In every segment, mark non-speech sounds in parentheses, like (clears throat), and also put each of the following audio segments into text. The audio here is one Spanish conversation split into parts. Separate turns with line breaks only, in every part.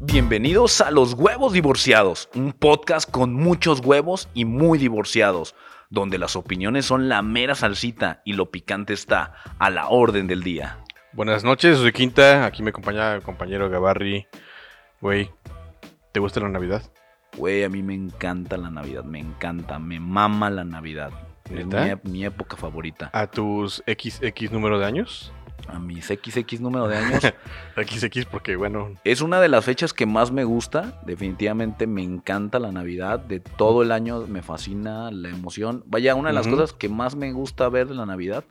Bienvenidos a Los Huevos Divorciados, un podcast con muchos huevos y muy divorciados, donde las opiniones son la mera salsita y lo picante está a la orden del día.
Buenas noches, soy Quinta. Aquí me acompaña el compañero Gabarri. Güey, ¿te gusta la Navidad?
Güey, a mí me encanta la Navidad, me encanta, me mama la Navidad. Es mi,
¿Neta?
ep- mi época favorita.
¿A tus XX número de años?
A mis XX número de años.
XX porque, bueno,
Es una de las fechas que más me gusta. Definitivamente me encanta la Navidad. De todo el año me fascina la emoción. Vaya, una de las
Ujú.
cosas que más me gusta ver de la Navidad.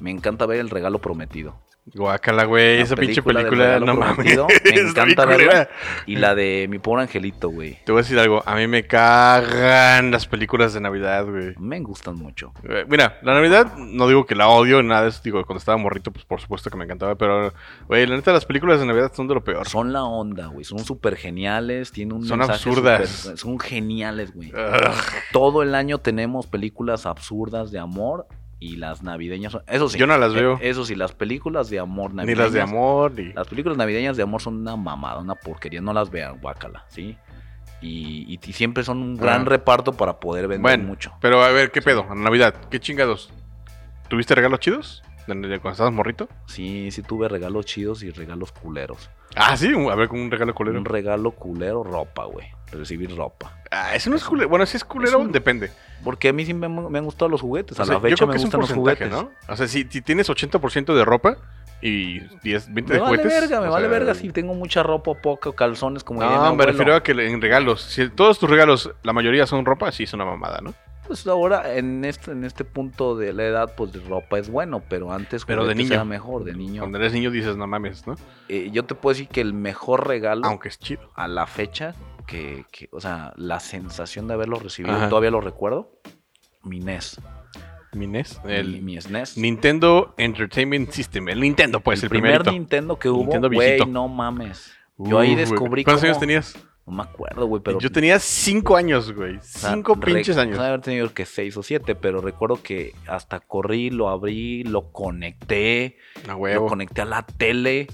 Me encanta ver el regalo prometido.
guácala, güey.
La
Esa pinche
película
película,
del
no
regalo
mames.
prometido,
(laughs)
me
Está bien
encanta verla.
culera.
Y la de mi pobre angelito, güey.
Te voy a decir algo. A mí me cagan las películas de Navidad, güey.
Me gustan mucho.
Eh, Mira, la Navidad, no digo que la odio, nada de eso. Digo, cuando estaba morrito, pues por supuesto que me encantaba. Pero, güey, la neta, las películas de Navidad son de lo peor.
Son la onda, güey. Son súper geniales. Tienen un
Son
mensaje
absurdas.
súper- son geniales, güey.
Ugh.
Todo el año tenemos películas absurdas de amor. Y las navideñas son- Eso sí.
Yo no las
eh,
veo.
Eso sí, las películas de amor
Ni
navideñas.
las de amor, ni.
Las películas navideñas de amor son una mamada, una porquería. No las vean, guácala, ¿sí? Y, y- y siempre son un gran
Bueno.
reparto para poder vender
Bueno.
mucho.
Pero a ver, ¿qué pedo? A Navidad, ¿qué chingados? ¿Tuviste regalos chidos? ¿De- de cuando estabas morrito?
Sí, sí tuve regalos chidos y regalos culeros.
Ah, sí, un- a ver, con un regalo culero.
Un regalo culero, ropa, güey. Recibí ropa.
Ah, ese no es culero. Bueno, si es culero,
Es un-
depende.
Porque a mí sí me, han- me han gustado los juguetes. A
O sea,
la fecha me
es un
gustan los juguetes.
porcentaje,
¿no?
¿no? O sea, si, si tienes 80% de ropa y 10, 20
Me
de
vale
juguetes.
verga, me
o
vale
sea,
verga si tengo mucha ropa o poca, o calzones como diría mi
No, me
abuelo.
refiero a que le- en regalos. Si todos tus regalos, la mayoría son ropa, sí es una mamada, ¿no?
Pues ahora, en este, en este punto de la edad, pues de ropa es bueno, pero antes
Pero de
juguetes
niño.
era mejor, de niño.
Cuando eres niño dices, no mames, ¿no?
Eh, yo te puedo decir que el mejor regalo
Aunque es chido.
a la fecha, que, que, o sea, la sensación de haberlo recibido,
Ajá.
todavía lo recuerdo. Mi NES.
Mi NES,
mi,
el
mi E SNES.
Nintendo Entertainment System. El Nintendo, pues, el,
el primer
primerito.
Nintendo que hubo,
Nintendo
güey,
viejito.
no mames. Yo ahí
Uh, güey.
descubrí
¿Cuántos
cómo-
años tenías?
No me acuerdo, güey, pero...
Yo tenía cinco años, güey.
o sea,
Cinco
re-
pinches años.
de haber tenido que seis o siete, pero recuerdo que hasta corrí, lo abrí, lo conecté,
A
lo
huevo.
conecté a la tele.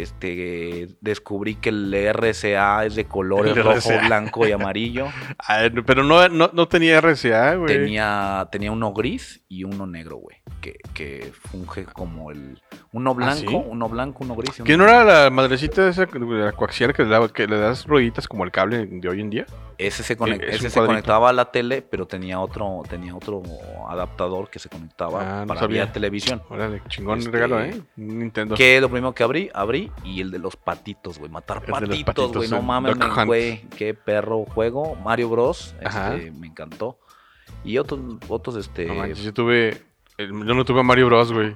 Este, descubrí que el RCA es de colores
(laughs) El
rojo,
RCA.
blanco y amarillo.
Ah, no, pero no, no, no tenía RCA, güey.
tenía, tenía uno gris y uno negro, güey. Que, que funge como el. Uno blanco,
¿Ah, sí?
uno blanco, uno gris. y uno
¿Que no era la madrecita esa que- la coaxial que le, daba- que le das rueditas como el cable de hoy en día?
Ese se, conec-
Eh, es
ese
un
se
cuadrito.
conectaba a la tele, pero tenía otro, tenía otro adaptador que se conectaba
Ah, no
para
sabía.
vía televisión.
Órale, chingón
Este,
regalo, ¿eh? Un Nintendo.
Que es lo primero que abrí, abrí y el de los patitos, güey. Matar
de los
patitos, güey.
patitos,
No
el
mames,
Duck
me-
Hunt.
güey. Qué perro juego. Mario Bros.
Ajá.
Este, me encantó. Y otros, otros, este.
No manches, yo tuve... el- yo no tuve a Mario Bros, güey.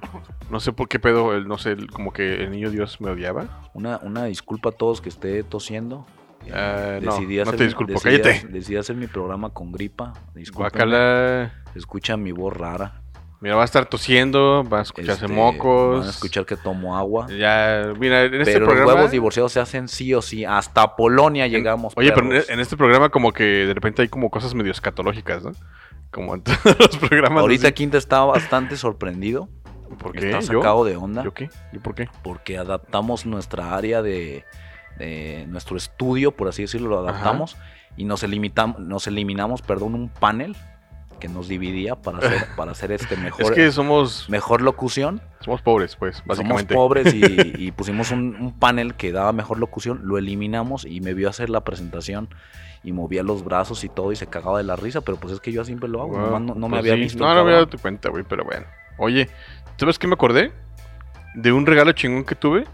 No sé por qué pedo, el- no sé, el- como que el niño Dios me odiaba.
una, una disculpa a todos que esté tosiendo.
Ah, no,
Decidí
no
hacer
te
mi-
disculpo,
decidí
cállate.
hacer- decidí hacer mi programa con gripa. Disculpa.
Guacala.
Escucha mi voz rara.
Mira, va a estar tosiendo, va a escucharse
Este,
mocos.
Van a escuchar que tomo agua.
Ya, mira, en este
pero
programa...
los huevos divorciados se hacen sí o sí. Hasta Polonia llegamos.
Oye, pero
perros.
en en este programa como que de repente hay como cosas medio escatológicas, ¿no? Como en (laughs) todos los programas.
Ahorita
así.
Quinta está bastante sorprendido.
¿Por qué?
Está
¿Yo?
sacado de onda.
¿Yo qué? ¿Yo por qué?
Porque adaptamos nuestra área de, de nuestro estudio, por así decirlo, lo adaptamos y nos, elimitamos, nos eliminamos perdón, un panel que nos dividía para
(laughs)
hacer, para hacer este mejor,
es que somos,
mejor locución.
somos pobres, pues,
Somos
básicamente.
pobres y,
(laughs)
y pusimos un, un panel que daba mejor locución, lo eliminamos y me vio hacer la presentación y movía los brazos y todo y se cagaba de la risa, pero pues es que yo siempre lo hago,
Wow,
nomás no, no me
pues
había
sí,
visto. el
No, no me había
cabrón.
dado cuenta, güey, pero bueno. Oye, ¿sabes qué me acordé? De un regalo chingón que tuve.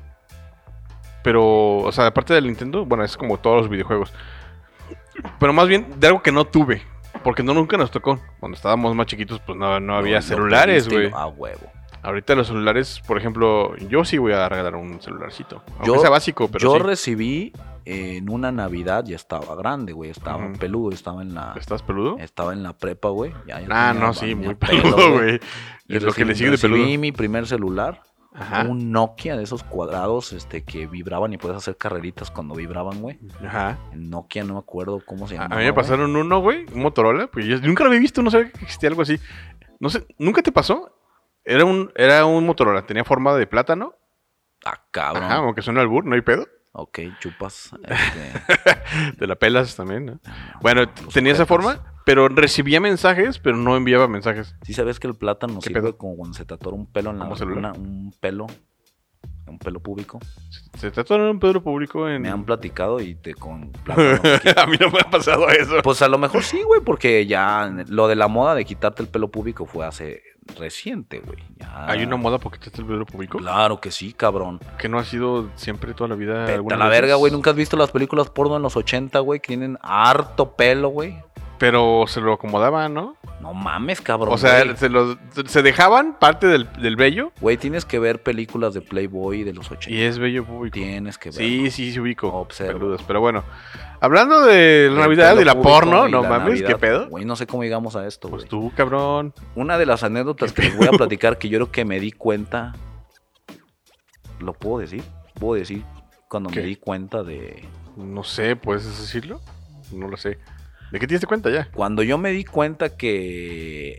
Pero, o sea, aparte del Nintendo, bueno, es como todos los videojuegos. Pero más bien de algo que no tuve. Porque no nunca nos tocó. Cuando estábamos más chiquitos, pues no, no había
Lo- lo
celulares,
pediste y
güey.
lo- A huevo.
Ahorita los celulares, por ejemplo, yo sí voy a regalar un celularcito. Aunque
Yo-
sea básico, pero
Yo
sí.
recibí eh, en una Navidad, ya estaba grande, güey, estaba
Ujú.
peludo, estaba en la
¿Estás peludo?
estaba en la prepa, güey. ya- ya
Ah,
Eh, tenía-
no, sí,
tenía
muy
pelo,
peludo, güey.
Y
Es lo que
recibí-
le sigue de peludo.
Recibí mi primer celular,
Ajá.
un Nokia de esos cuadrados este que vibraban y puedes hacer carreritas cuando vibraban, güey.
Ajá.
El Nokia, no me acuerdo cómo se
A-
llamaba.
a mí me
güey.
pasaron uno, güey, un Motorola, pues yo nunca lo había visto, no sabía que existía algo así. No sé, ¿nunca te pasó? Era un, era un Motorola, tenía forma de plátano.
Ah, cabrón.
Ajá, aunque suena al burro, no hay pedo.
Ok, chupas. este,
Te la pelas también. ¿no? (laughs) Bueno, t- tenía esa forma, pero recibía mensajes, pero no enviaba mensajes.
Sí sabes que el plátano
¿Qué
sirve
pedo?
como cuando se te atora un pelo en la
¿Como celular?
una- un pelo, un pelo público.
Se trató de un pedro público en.
Me han platicado y te con (laughs) plátano. que-
(laughs) a mí no me ha pasado eso.
Pues a lo mejor sí, güey, porque ya lo de la moda de quitarte el pelo público fue hace reciente, güey. Ya-
Hay una moda porque está el pedro público
Claro que sí, cabrón.
que no ha sido siempre toda la vida.
Vete
algunas
a la
veces.
verga, güey. Nunca has visto las películas porno en los 80, güey, que tienen harto pelo, güey.
Pero se lo acomodaban, ¿no?
No mames, cabrón.
O sea,
güey.
se, lo- se dejaban parte del, del vello
Güey, tienes que ver películas de Playboy de los 80.
y es vello público.
Tienes que ver.
Sí, sí, sí, ubico.
Observo.
Peludas. Pero bueno, hablando de la Navidad y la porno, no mames, qué pedo.
Güey, no sé cómo llegamos a esto, güey.
Pues tú, cabrón.
Una de las anécdotas
¿Qué
que les voy a platicar que yo creo que me di cuenta. ¿Lo puedo decir? Puedo decir cuando
¿Qué?
me di cuenta de.
No sé, ¿puedes decirlo? No lo sé. ¿De qué te diste cuenta ya?
Cuando yo me di cuenta que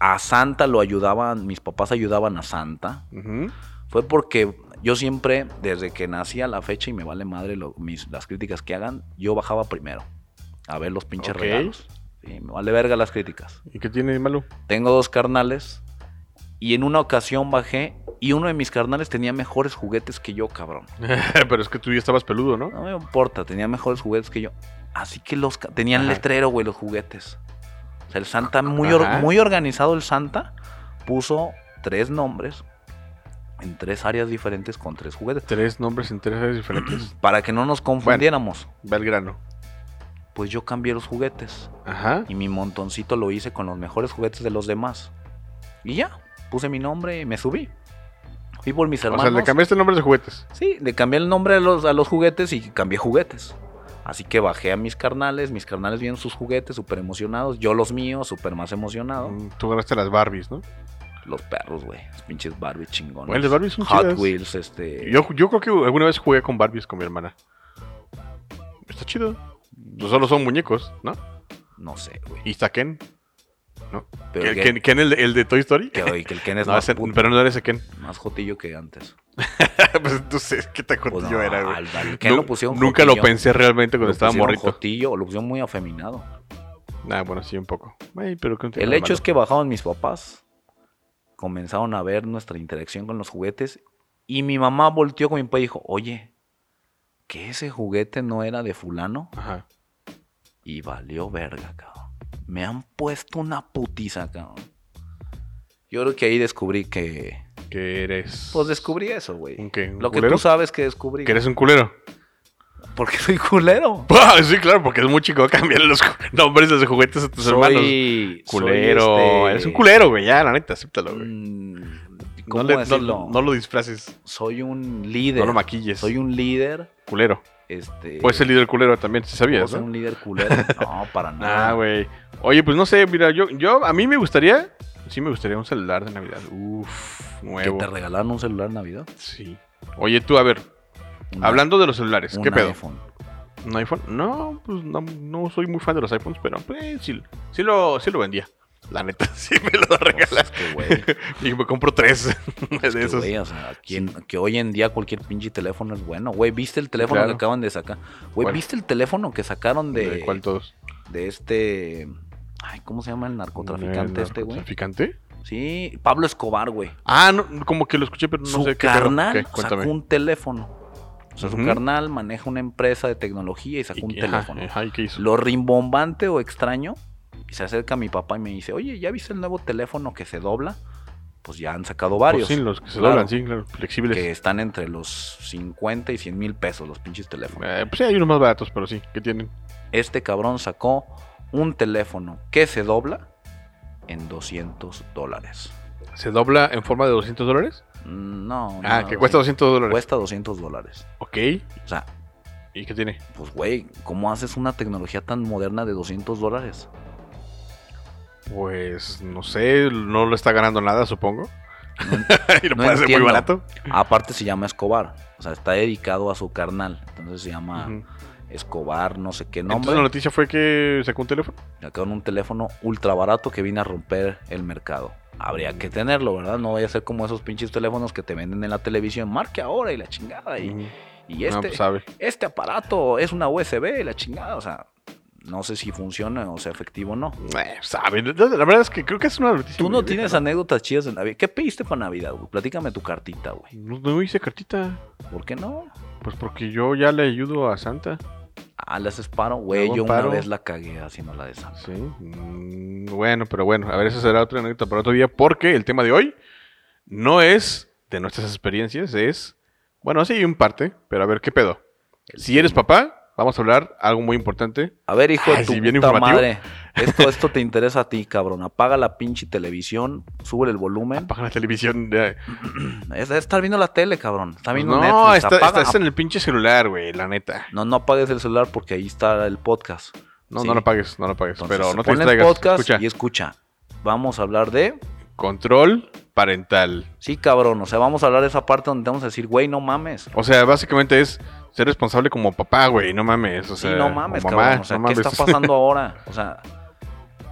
a Santa lo ayudaban, mis papás ayudaban a Santa,
Ujú.
fue porque yo siempre, desde que nací a la fecha y me vale madre lo- mis, las críticas que hagan, yo bajaba primero a ver los pinches
Ok.
regalos. Y me vale verga las críticas.
¿Y qué tiene de malo? (laughs)
Tengo dos carnales y en una ocasión bajé y uno de mis carnales tenía mejores juguetes que yo, cabrón.
Pero es que tú ya estabas peludo, ¿no?
No me importa, tenía mejores juguetes que yo. Así que los ca- tenían
Ajá. Ah,
letrero, güey, los juguetes. O sea, el Santa muy or-
Ajá.
muy organizado el Santa puso tres nombres en tres áreas diferentes con tres juguetes
Tres nombres en tres áreas
(clears throat)
diferentes.
para que no nos confundiéramos.
Belgrano.
Pues yo cambié los juguetes
Ajá.
y mi montoncito lo hice con los mejores juguetes de los demás. Y ya, puse mi nombre y me subí. Fui por mis
O
hermanos.
sea, le cambiaste nombres de juguetes.
Sí, le cambié el nombre a los, a los juguetes y cambié juguetes. Así que bajé a mis carnales, mis carnales vieron sus juguetes súper emocionados, yo los míos súper más emocionado.
Mm, Tú ganaste las Barbies, ¿no?
Los perros, güey, los pinches Barbie chingones.
Bueno, las Barbies son
Hot
chidas.
Wheels, este...
Yo, yo creo que alguna vez jugué con Barbies con mi hermana. Está chido. Pues solo son muñecos, ¿no?
No sé, güey.
Y está Ken.
Pero
¿Ken,
que,
Ken- Ken el, de- el de Toy Story?
que- oye, que el Ken es
(laughs) No,
más,
ese-
puto-
pero no era
(laughs)
ese Ken. (laughs)
más jotillo que antes.
pues entonces, ¿qué tan
Pues
jotillo
no,
era, güey?
al- al Ken
Nu-
lo pusieron
Nunca lo
jotillo.
pensé realmente cuando
Lo
estaba
pusieron
morrito.
jotillo, lo pusieron muy afeminado.
Nah, bueno, sí, un poco. Ay, pero ¿qué no tiene
El
nada
hecho es
malo?
que bajaban mis papás, comenzaron a ver nuestra interacción con los juguetes y mi mamá volteó con mi papá y dijo, oye, que ese juguete no era de fulano
Ajá.
y valió verga, cabrón. Me han puesto una putiza, cabrón. Yo creo que ahí descubrí que...
¿Qué eres?
Pues descubrí eso, güey.
¿Un qué? ¿Un
Lo que
culero?
tú sabes que descubrí.
¿Que eres un culero?
Porque soy culero.
Ah, (laughs) sí, claro, porque es muy chico cambiar los ju- nombres de juguetes a tus hermanos.
Soy...
Culero.
soy, este,
Eres un culero, güey. Ya, la neta, acéptalo, güey.
mm,
No,
¿Cómo
le- no-
decirlo?
no lo disfraces.
Soy un líder.
No lo maquilles.
soy un líder,
culero.
este...
Puedes ser líder culero también, si
¿puedo
sabías,
ser
¿no?
un líder culero? No, para
(laughs)
nada.
Ah, güey. Oye, pues no sé, mira, yo, yo, a mí me gustaría, sí me gustaría un celular de Navidad. Uf,
Que
nuevo.
te regalaron un celular en Navidad.
Sí. Oye, tú, a ver,
Un-
hablando de los celulares,
un
¿qué pedo? (laughs)
iPhone.
¿Un iPhone? No, pues no, no soy muy fan de los iPhones, pero pues sí, sí lo, sí lo vendía. La neta, (laughs) sí me lo
Pues, es
regalas.
que, güey,
(laughs)
es
Y me compro tres (laughs) de
que,
esos.
güey, o sea, ¿quién- que hoy en día cualquier pinche teléfono es bueno. Güey, ¿viste el teléfono
claro.
que acaban de sacar? Güey,
¿Cuál?
¿viste el teléfono que sacaron de,
¿De cuál todos?
de este... Ay, ¿cómo se llama el narcotraficante
¿El
este, güey?
¿Traficante?
Sí, Pablo Escobar, güey.
Ah, no, como que lo escuché, pero no
su
sé qué. pedo.
carnal
¿Qué?
sacó
Cuéntame.
un teléfono. O sea,
Ujú.
su carnal maneja una empresa de tecnología y sacó un
Y- ajá,
teléfono.
ajá, ¿y qué hizo?
lo rimbombante o extraño, y se acerca mi papá y me dice, oye, ¿ya viste el nuevo teléfono que se dobla? Pues ya han sacado varios.
Pues sí, los que se
Claro.
doblan, sí, claro, flexibles.
Que están entre los 50 y 100 mil pesos los pinches teléfonos.
Eh, pues sí, hay unos más baratos, pero sí, ¿qué tienen?
Este cabrón sacó un teléfono que se dobla en 200 dólares.
¿Se dobla en forma de 200 dólares?
Mm, No.
ah,
no,
que cuesta 200 dólares.
Cuesta 200 dólares.
Ok,
O sea,
¿y qué tiene?
pues güey, ¿cómo haces una tecnología tan moderna de 200 dólares?
Pues no sé, no lo está ganando nada, supongo. (laughs) y lo
no
puede hacer muy
entiendo.
barato.
Aparte se llama Escobar. O sea, está dedicado a su carnal. Entonces se llama...
Ujú.
Escobar, no sé qué
Entonces la
nombre.
noticia fue que sacó un teléfono.
Sacaron un teléfono ultra barato que vino a romper el mercado. Habría que tenerlo, ¿verdad? No vaya a ser como esos pinches teléfonos que te venden en la televisión. Marque ahora y la chingada. Y,
Ujú.
Y este,
pues, sabe.
este aparato es una USB, la chingada, o sea, no sé si funciona o sea efectivo o no.
Eh, sabe. La la verdad es que creo que es una noticia.
Tú
muy
no
vieja,
tienes anécdotas chidas de Navidad. ¿Qué pediste para Navidad, güey? Platícame tu cartita, güey.
No, no hice cartita.
¿Por qué no?
Pues porque yo ya le ayudo a Santa.
Ah, le haces paro, güey.
Hago
Yo
paro.
una vez la cagué haciendo la de esa.
Sí. Mm, bueno, pero bueno, a ver, esa será otra anécdota para otro día, porque el tema de hoy no es de nuestras experiencias, es. Bueno, sí, un parte, pero a ver, ¿qué pedo? Si eres papá, vamos a hablar algo muy importante.
A ver, hijo
Ay,
de tu
sí, bien
puta
informativo.
madre. Esto, esto te interesa a ti, cabrón. Apaga la pinche televisión, sube el volumen.
Apaga la televisión. ya. Pues
Es, es estar viendo la tele, cabrón. Está viendo
no,
Netflix.
está-
apaga-
estás en el pinche celular, güey, la neta.
No, no apagues el celular porque ahí está el podcast.
No,
Sí.
no lo pagues, no lo pagues.
Entonces,
pero no te
ponle el
distraigas.
podcast
Escucha,
y escucha. Vamos a hablar de...
control parental.
Sí, cabrón. O sea, vamos a hablar de esa parte donde te vamos a decir, güey, no mames.
O sea, básicamente es ser responsable como papá, güey, no mames. O
Sí,
sea,
no mames,
o mamá,
cabrón. O sea,
no
¿qué está
mames.
pasando ahora? O sea,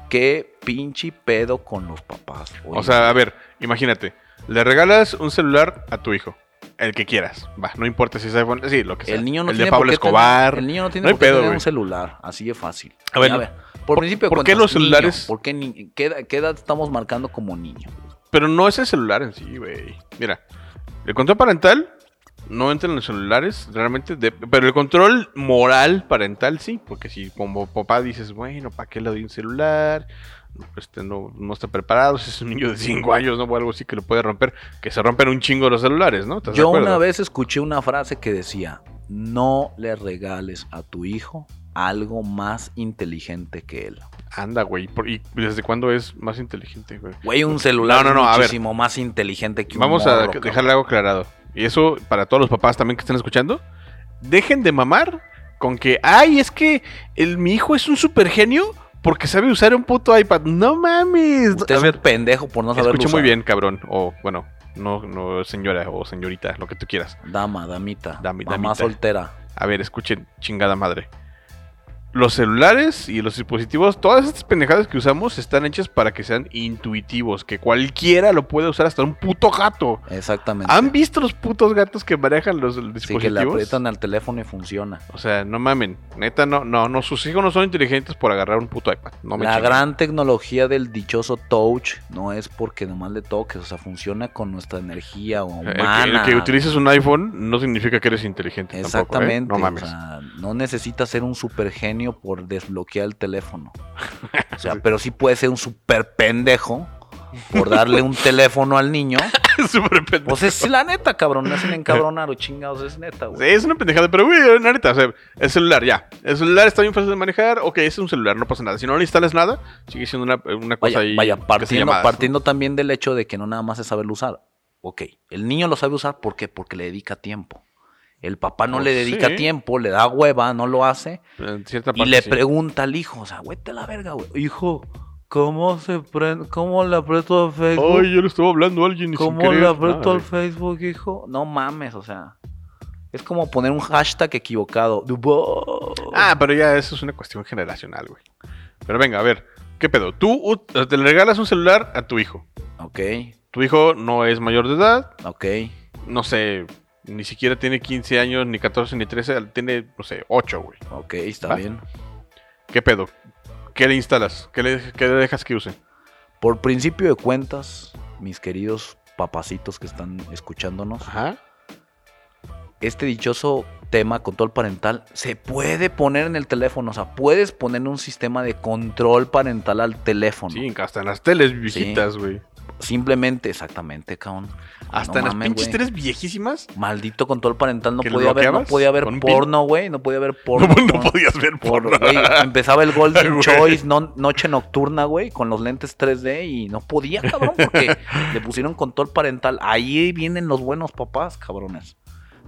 qué pinche pedo con los papás. güey.
(laughs) O sea, a ver, imagínate, le regalas un celular a tu hijo, el que quieras, va, no importa si es iPhone, sí, lo que sea.
el niño no
el
tiene
de Pablo
por qué tener-
Escobar.
el niño no tiene
No hay
por qué
pedo,
tener
güey.
un celular, así de fácil.
A
Y
ver,
a ver, por principio,
¿por qué
cuentas,
los celulares-
niño, ¿Por qué, ni- qué edad, qué edad estamos marcando como niño?
Pero no es el celular en sí, güey. Mira, el control parental no entra en los celulares, realmente, de- pero el control moral parental sí, porque si como papá dices, bueno, ¿para qué le doy un celular? Este no, no está preparado, (laughs) si es un niño de 5 años, ¿no? O algo así que lo puede romper, que se rompen un chingo los celulares, ¿no? ¿Estás de
Yo
acuerdo?
una vez escuché una frase que decía, no le regales a tu hijo algo más inteligente que él.
Anda, güey, por- ¿y desde cuándo es más inteligente, güey?
Güey, un celular
No, no, no, a
es
ver.
muchísimo más inteligente que un
Vamos a
morro, cabrón.
dejarle algo aclarado. Y eso para todos los papás también que están escuchando. Dejen de mamar con que, ay, es que el, mi hijo es un supergenio porque sabe usar un puto iPad. No mames.
Usted
A
es
ver,
un pendejo por no saber
escucha muy bien, cabrón. O bueno, no, no señora o señorita, lo que tú quieras.
Dama, damita,
Dami-
mamá
damita.
soltera.
A ver, escuchen, chingada madre. Los celulares y los dispositivos, todas estas pendejadas que usamos están hechas para que sean intuitivos, que cualquiera lo puede usar hasta un puto gato.
Exactamente.
¿Han visto los putos gatos que manejan los
Sí, que le
dispositivos?
aprietan al teléfono y funciona.
o sea, no mamen. Neta, no, no, no, sus hijos no son inteligentes por agarrar un puto iPad. No me
la
chinguen.
gran tecnología del dichoso touch no es porque nomás le toques, o sea, funciona con nuestra energía
El que-
humana.
El que, utilices un iPhone no significa que eres inteligente tampoco. ¿eh?
Exactamente.
No mames.
o sea, no necesitas ser un super genio por desbloquear el teléfono. O
(laughs)
sea, pero sí puedes ser un super pendejo por darle un teléfono al niño.
(laughs) es súper pendejo.
Pues es la neta, cabrón. Me hacen encabronar o chingados, es neta,
Sí,
güey.
Es una pendejada, pero güey, la neta, o sea, el celular ya. El celular está bien fácil de manejar. Ok, es un celular, no pasa nada. Si no le instalas nada, sigue siendo una, una
Vaya,
cosa ahí.
vaya,
Pues que se
partiendo,
llamadas, ¿no?
partiendo también del hecho de que no nada más es saberlo usar. Ok, el niño lo sabe usar ¿por qué? porque le dedica tiempo. El papá no
Pues
le dedica
sí.
tiempo, le da hueva, no lo hace.
En cierta
Y
parte,
le
sí.
pregunta al hijo, o sea, güey, te la verga, güey. Hijo, ¿cómo se prende, cómo le aprieto a Facebook?
Ay, yo le estaba hablando a alguien y sin
¿Cómo le
querer. Ah,
aprieto al
Madre.
Facebook, hijo? No mames, o sea. Es como poner un hashtag equivocado. Dubo.
Ah, pero ya eso es una cuestión generacional, güey. Pero venga, a ver, ¿qué pedo? Tú ut- te le regalas un celular a tu hijo.
Ok,
Tu hijo no es mayor de edad,
ok.
no sé, ni siquiera tiene 15 años, ni 14, ni 13, tiene, no sé, 8, güey.
Ok, está
Va.
bien.
¿Qué pedo? ¿Qué le instalas? ¿Qué le, qué le dejas que use?
Por principio de cuentas, mis queridos papacitos que están escuchándonos,
Ajá.
este dichoso tema control parental se puede poner en el teléfono. O sea, puedes poner un sistema de control parental al teléfono.
Sí, hasta en las teles viejitas, güey.
Simplemente, exactamente, cabrón.
Hasta
No
en las
mames,
pinches
güey.
teles viejísimas.
Maldito control parental, no
¿Que lo
podía ver, no
bloqueabas
podía ver
con un pin?
porno, güey. No podía ver
(laughs) No, pues,
porno.
no
con-
podías ver
por-
porno.
güey, empezaba el
(laughs)
Golden
Güey.
Choice, no- Noche Nocturna, güey, con los lentes 3D y no podía, cabrón,
(laughs)
porque le pusieron control parental. Ahí vienen los buenos papás, cabrones.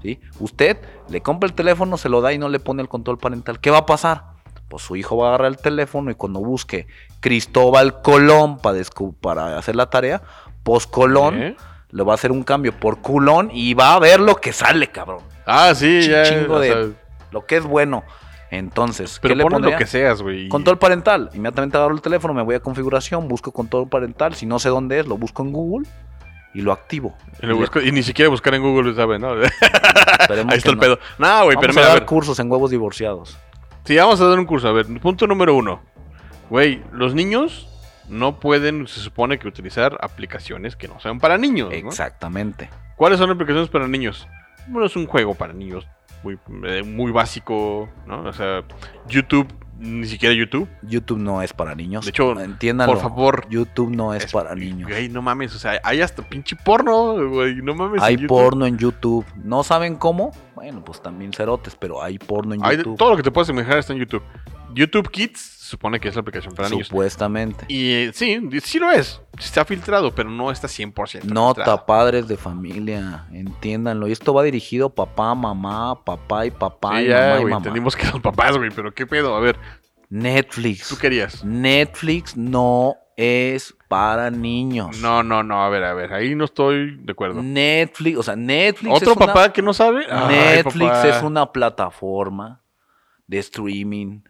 ¿Sí? Usted le compra el teléfono, se lo da y no le pone el control parental. ¿Qué va a pasar? Pues su hijo va a agarrar el teléfono y cuando busque Cristóbal Colón para, descu- para hacer la tarea, pos Colón
¿Eh?
le va a hacer un cambio por culón y va a ver lo que sale, cabrón.
Ah, sí,
Chi-
ya.
chingo
o
de-
sea,
Lo que es bueno. Entonces,
pero
¿qué le
ponle
pondría?
lo que seas, güey.
Control parental. Inmediatamente agarro el teléfono, me voy a configuración, busco control parental. Si no sé dónde es, lo busco en Google y lo activo.
Y, lo busco- y ni siquiera buscar en Google, ¿sabes? No? (laughs)
Esperemos
Ahí
que
está el
no.
pedo. No,
Vamos
güey, pero
a
mira, a
dar
ver.
cursos en huevos divorciados.
Sí, vamos a dar un curso. A ver, punto número uno. Güey, los niños no pueden, se supone que utilizar aplicaciones que no sean para niños. ¿no?
Exactamente.
¿Cuáles son aplicaciones para niños? Bueno, es un juego para niños muy, eh, muy básico, ¿no? O sea, YouTube, ni siquiera YouTube.
YouTube no es para niños.
De hecho,
entiéndanlo.
por favor.
YouTube no es,
Es-
para niños.
Güey, no mames, o sea, hay hasta pinche porno, güey, no mames.
Hay
pues en YouTube.
porno en YouTube. ¿No saben cómo? Bueno, pues también cerotes, pero hay porno en
Hay de-
YouTube.
todo lo que te puedas imaginar está en YouTube. YouTube Kids se supone que es la aplicación para niños.
supuestamente.
Y eh, sí, sí lo es. Está filtrado, pero no está 100%.
Nota,
filtrado.
padres de familia, entiéndanlo. Y esto va dirigido a papá, mamá, papá y papá
Sí,
y
ya,
mamá y
güey,
mamá.
entendimos que son papás, güey, pero qué pedo. A ver, tú
Netflix.
querías.
Netflix no es para niños.
No, no, no, a ver, a ver, ahí no estoy de acuerdo.
Netflix, o sea, Netflix
¿Otro
es una-
papá que no sabe? Ay,
Netflix
papá.
es una plataforma de streaming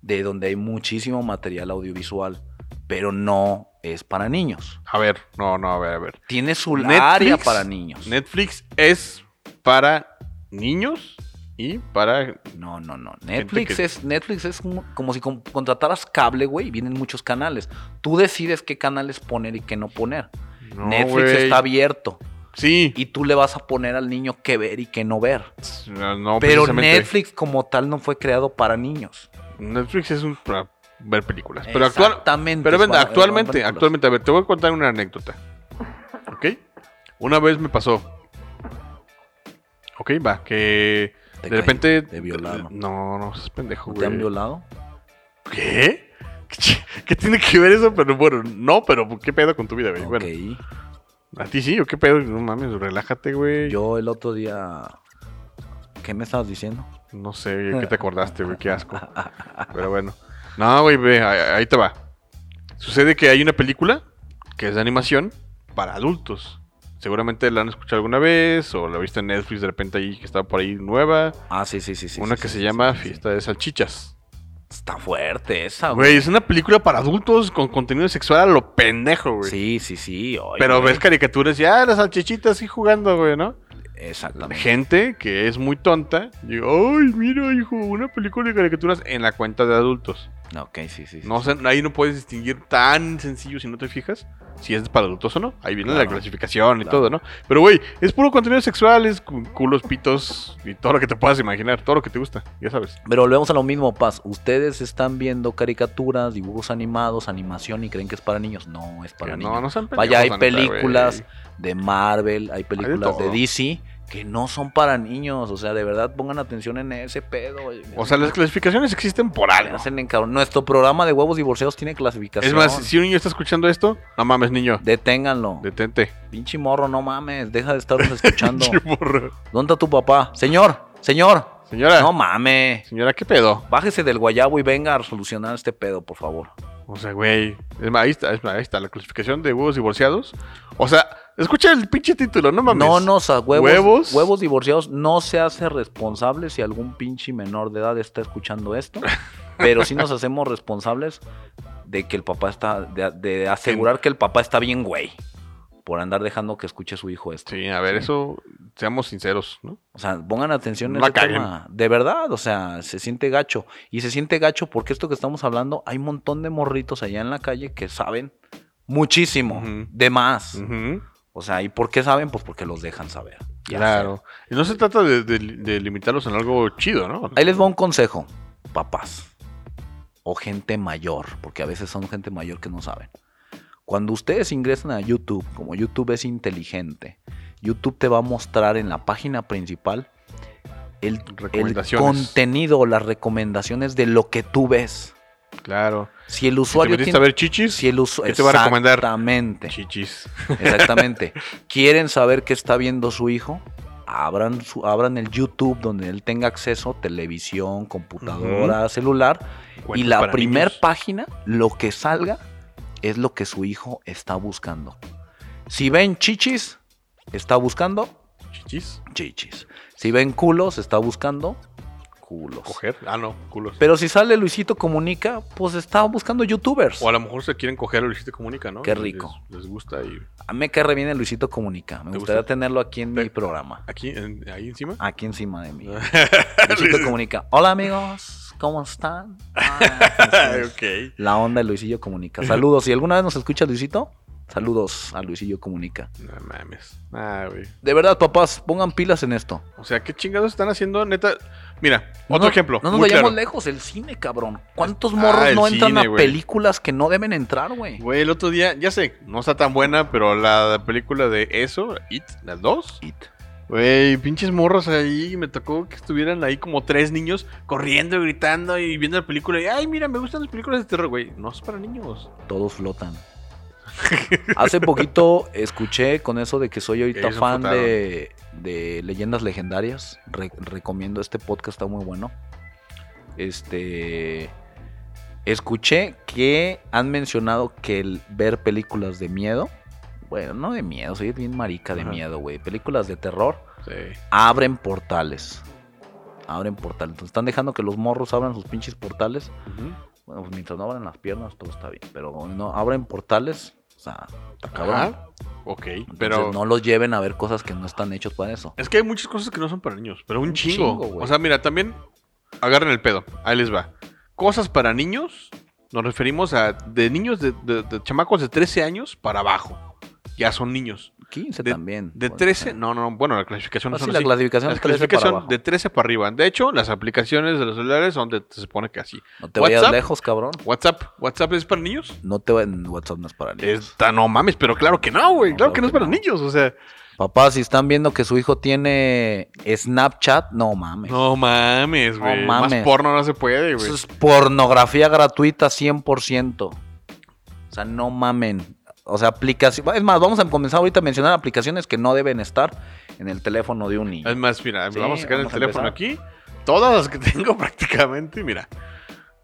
de donde hay muchísimo material audiovisual, pero no es para niños.
A ver, no, no, a ver, a ver.
Tiene su
Netflix-
área para niños.
Netflix es para niños y para...
No, no, no. Netflix
que-
es Netflix es como, como si con- contrataras cable, güey, y vienen muchos canales. Tú decides qué canales poner y qué no poner.
No,
Netflix
güey.
está abierto
Sí.
y tú le vas a poner al niño qué ver y qué no ver.
No, no,
Pero
precisamente.
Netflix como tal no fue creado para niños.
Netflix es un para ver películas. Pero, actual,
Exactamente,
pero
es
ven,
para-
actualmente,
para-
actualmente, a ver, te voy a contar una anécdota. ¿Ok? Una vez me pasó. Ok, va, que
Te
de
caí,
repente...
te violaron.
No, no, es pendejo,
¿Te
güey.
han violado?
¿Qué? ¿Qué ch- ¿Qué tiene que ver eso? Pero bueno, no, pero ¿qué pedo con tu vida, güey? Bueno,
Ok.
a ti sí, ¿o qué pedo? No mames, relájate, güey.
Yo el otro día. ¿Qué me estabas diciendo?
No sé,
(laughs)
¿qué te acordaste, güey? Qué asco. Pero bueno. No, güey, ve, ahí ahí te va. Sucede que hay una película que es de animación para adultos. Seguramente la han escuchado alguna vez o la viste en Netflix de repente ahí que estaba por ahí nueva.
Ah, sí, sí, sí. sí
una
sí,
que
sí,
se
sí, sí,
llama
Ah, sí.
Fiesta de Salchichas.
Está fuerte esa,
Güey, es una película para adultos con contenido sexual a lo pendejo, güey.
Sí, sí, sí. ay,
Pero
güey.
ves caricaturas y, ah, las salchichitas así jugando, güey, ¿no?
Exactamente.
gente que es muy tonta, digo, ay, mira, hijo, una película de caricaturas en la cuenta de adultos.
Ok, sí, sí. sí.
No sé, ahí no puedes distinguir tan sencillo si no te fijas si es para adultos o no. Ahí viene la
Claro.
clasificación y
Claro.
todo, ¿no? Pero, güey, es puro contenido sexual, es cu- culos, pitos y todo lo que te puedas imaginar, todo lo que te gusta, ya sabes.
Pero volvemos a lo mismo, Paz. Ustedes están viendo caricaturas, dibujos animados, animación y creen que es para niños. No, es para
Que
niños.
no, no sean
Vaya, hay
pendejos, la neta, güey.
películas de Marvel, hay películas de,
todo.
DC que no son para niños. O sea, de verdad pongan atención en ese pedo. güey.
O sea, las clasificaciones existen por algo.
Hacen en cabrón. Nuestro programa de huevos divorciados tiene clasificación.
Es más, si un niño está escuchando esto, no mames, niño,
Deténganlo. (laughs)
detente.
Pinche morro, no mames. Deja de
(laughs)
estarnos escuchando.
Chimorro.
¿Dónde está tu papá? Señor, señor.
Señora,
No mames.
señora, ¿qué pedo?
Bájese del guayabo y venga a solucionar este pedo, por favor.
O sea, güey. Es más, ahí está, es más, ahí está la clasificación de huevos divorciados. O sea, escucha el pinche título, no mames.
No nos a huevos,
Huevos.
huevos. divorciados no se hace responsable si algún pinche menor de edad está escuchando
(laughs)
esto. pero sí nos hacemos responsables de que el papá está. de, de asegurar que el papá está bien, güey. Por andar dejando que escuche su hijo esto.
Sí, a ver, eso, seamos sinceros, ¿no?
O sea, pongan atención en
No la
este
caguen.
tema. De verdad, o sea, se siente gacho. Y se siente gacho porque esto que estamos hablando, hay un montón de morritos allá en la calle que saben muchísimo
Ujú.
de más.
Ujú,
O sea, ¿y por qué saben? Pues porque los dejan saber. y
Claro. Y no se trata de, de- de limitarlos en algo chido, ¿no?
hacer. Ahí les va un consejo, papás. O gente mayor, porque a veces son gente mayor que no saben. Cuando ustedes ingresan a YouTube, como YouTube es inteligente, YouTube te va a mostrar en la página principal el el
Recomendaciones.
contenido o las recomendaciones de lo que tú ves.
claro.
Si el
Si te
usuario
metiste
tiene.
a ver chichis,
si el usu-
¿qué te va a recomendar?
Exactamente.
chichis.
Exactamente. ¿Quieren saber qué está viendo su hijo? Abran, su, abran el YouTube donde él tenga acceso, televisión, computadora, celular. y
Cuentos
la
para
primer
niños.
página, lo que salga, es lo que su hijo está buscando. Si ven chichis, está buscando
Chichis.
chichis. Si ven culos, está buscando Culos.
Coger. Ah, no, culos.
Pero si sale Luisito Comunica, pues estaba buscando youtubers.
O a lo mejor se quieren coger a Luisito Comunica, ¿no?
Qué rico.
Les, les gusta y
A mí me cae re bien el Luisito Comunica. Me
¿Te
gustaría
gusta?
tenerlo aquí en
Te-
mi programa.
aquí, en- ahí encima. (laughs)
Aquí encima de mí. Luisito Comunica. Hola amigos, ¿cómo están? Ah, sí,
(laughs)
sí.
ok.
La onda de Luisillo Comunica. Saludos. Si alguna vez nos escucha Luisito, saludos a Luisillo Comunica.
No mames. Ah, güey.
De verdad, papás, pongan pilas en esto.
O sea, ¿qué chingados están haciendo? Neta. Mira,
No
otro
nos-
ejemplo.
No nos
muy
vayamos
claro.
lejos, el cine, cabrón. ¿Cuántos
Ah,
morros
el
no entran
cine,
a
güey.
películas que no deben entrar, güey?
Güey, el otro día, ya sé, no está tan buena, pero la película de eso, It, las dos.
It.
Güey, pinches morros ahí, me tocó que estuvieran ahí como tres niños corriendo, y gritando y viendo la película. Y, ay, mira, me gustan las películas de terror, güey. No es para niños.
Todos flotan. Hace poquito escuché con eso de que soy
Que
ahorita
ellos
fan de, de leyendas legendarias. Re- recomiendo este podcast, está muy bueno. Este. Escuché que han mencionado que el ver películas de miedo. Bueno, no de miedo, soy bien marica de
Ajá.
miedo, güey. Películas de terror
Sí.
abren portales. Abren portales. Entonces están dejando que los morros abran sus pinches portales bueno, pues mientras no abran las piernas, todo está bien. Pero cuando no abren portales, o sea, está cabrón.
Ajá. Ok,
Entonces,
pero.
no los lleven a ver cosas que no están hechos para eso.
Es que hay muchas cosas que no son para niños, pero un,
Un
chingo.
chingo, güey.
o sea, mira, también agarren el pedo. Ahí les va. Cosas para niños, nos referimos a de niños, de, de- de chamacos de 13 años para abajo. Ya son niños.
15
De-
también.
De
puede
13,
ser.
no, no, bueno, la clasificación no
Así
son
la
así.
clasificación,
La
es 13 para
clasificación
abajo.
de 13 para arriba. De hecho, las aplicaciones de los celulares son de, se supone que así.
No te vayas
WhatsApp.
lejos, cabrón.
WhatsApp, WhatsApp es para niños.
No te vayas. WhatsApp no es para niños.
Está, no mames, pero claro que no, güey.
No,
claro que no es para niños, o sea.
Papá, si están viendo que su hijo tiene Snapchat, no mames.
No mames,
No
güey. Más
mames.
porno no se puede, güey.
Eso es pornografía gratuita 100%. O sea, no mamen. O sea, aplicaciones. Es más, vamos a comenzar ahorita a mencionar aplicaciones que no deben estar en el teléfono de un niño.
Es más, mira,
Sí,
vamos a sacar el
vamos a
teléfono aquí.
empezar.
Todas las que (laughs) tengo prácticamente, mira.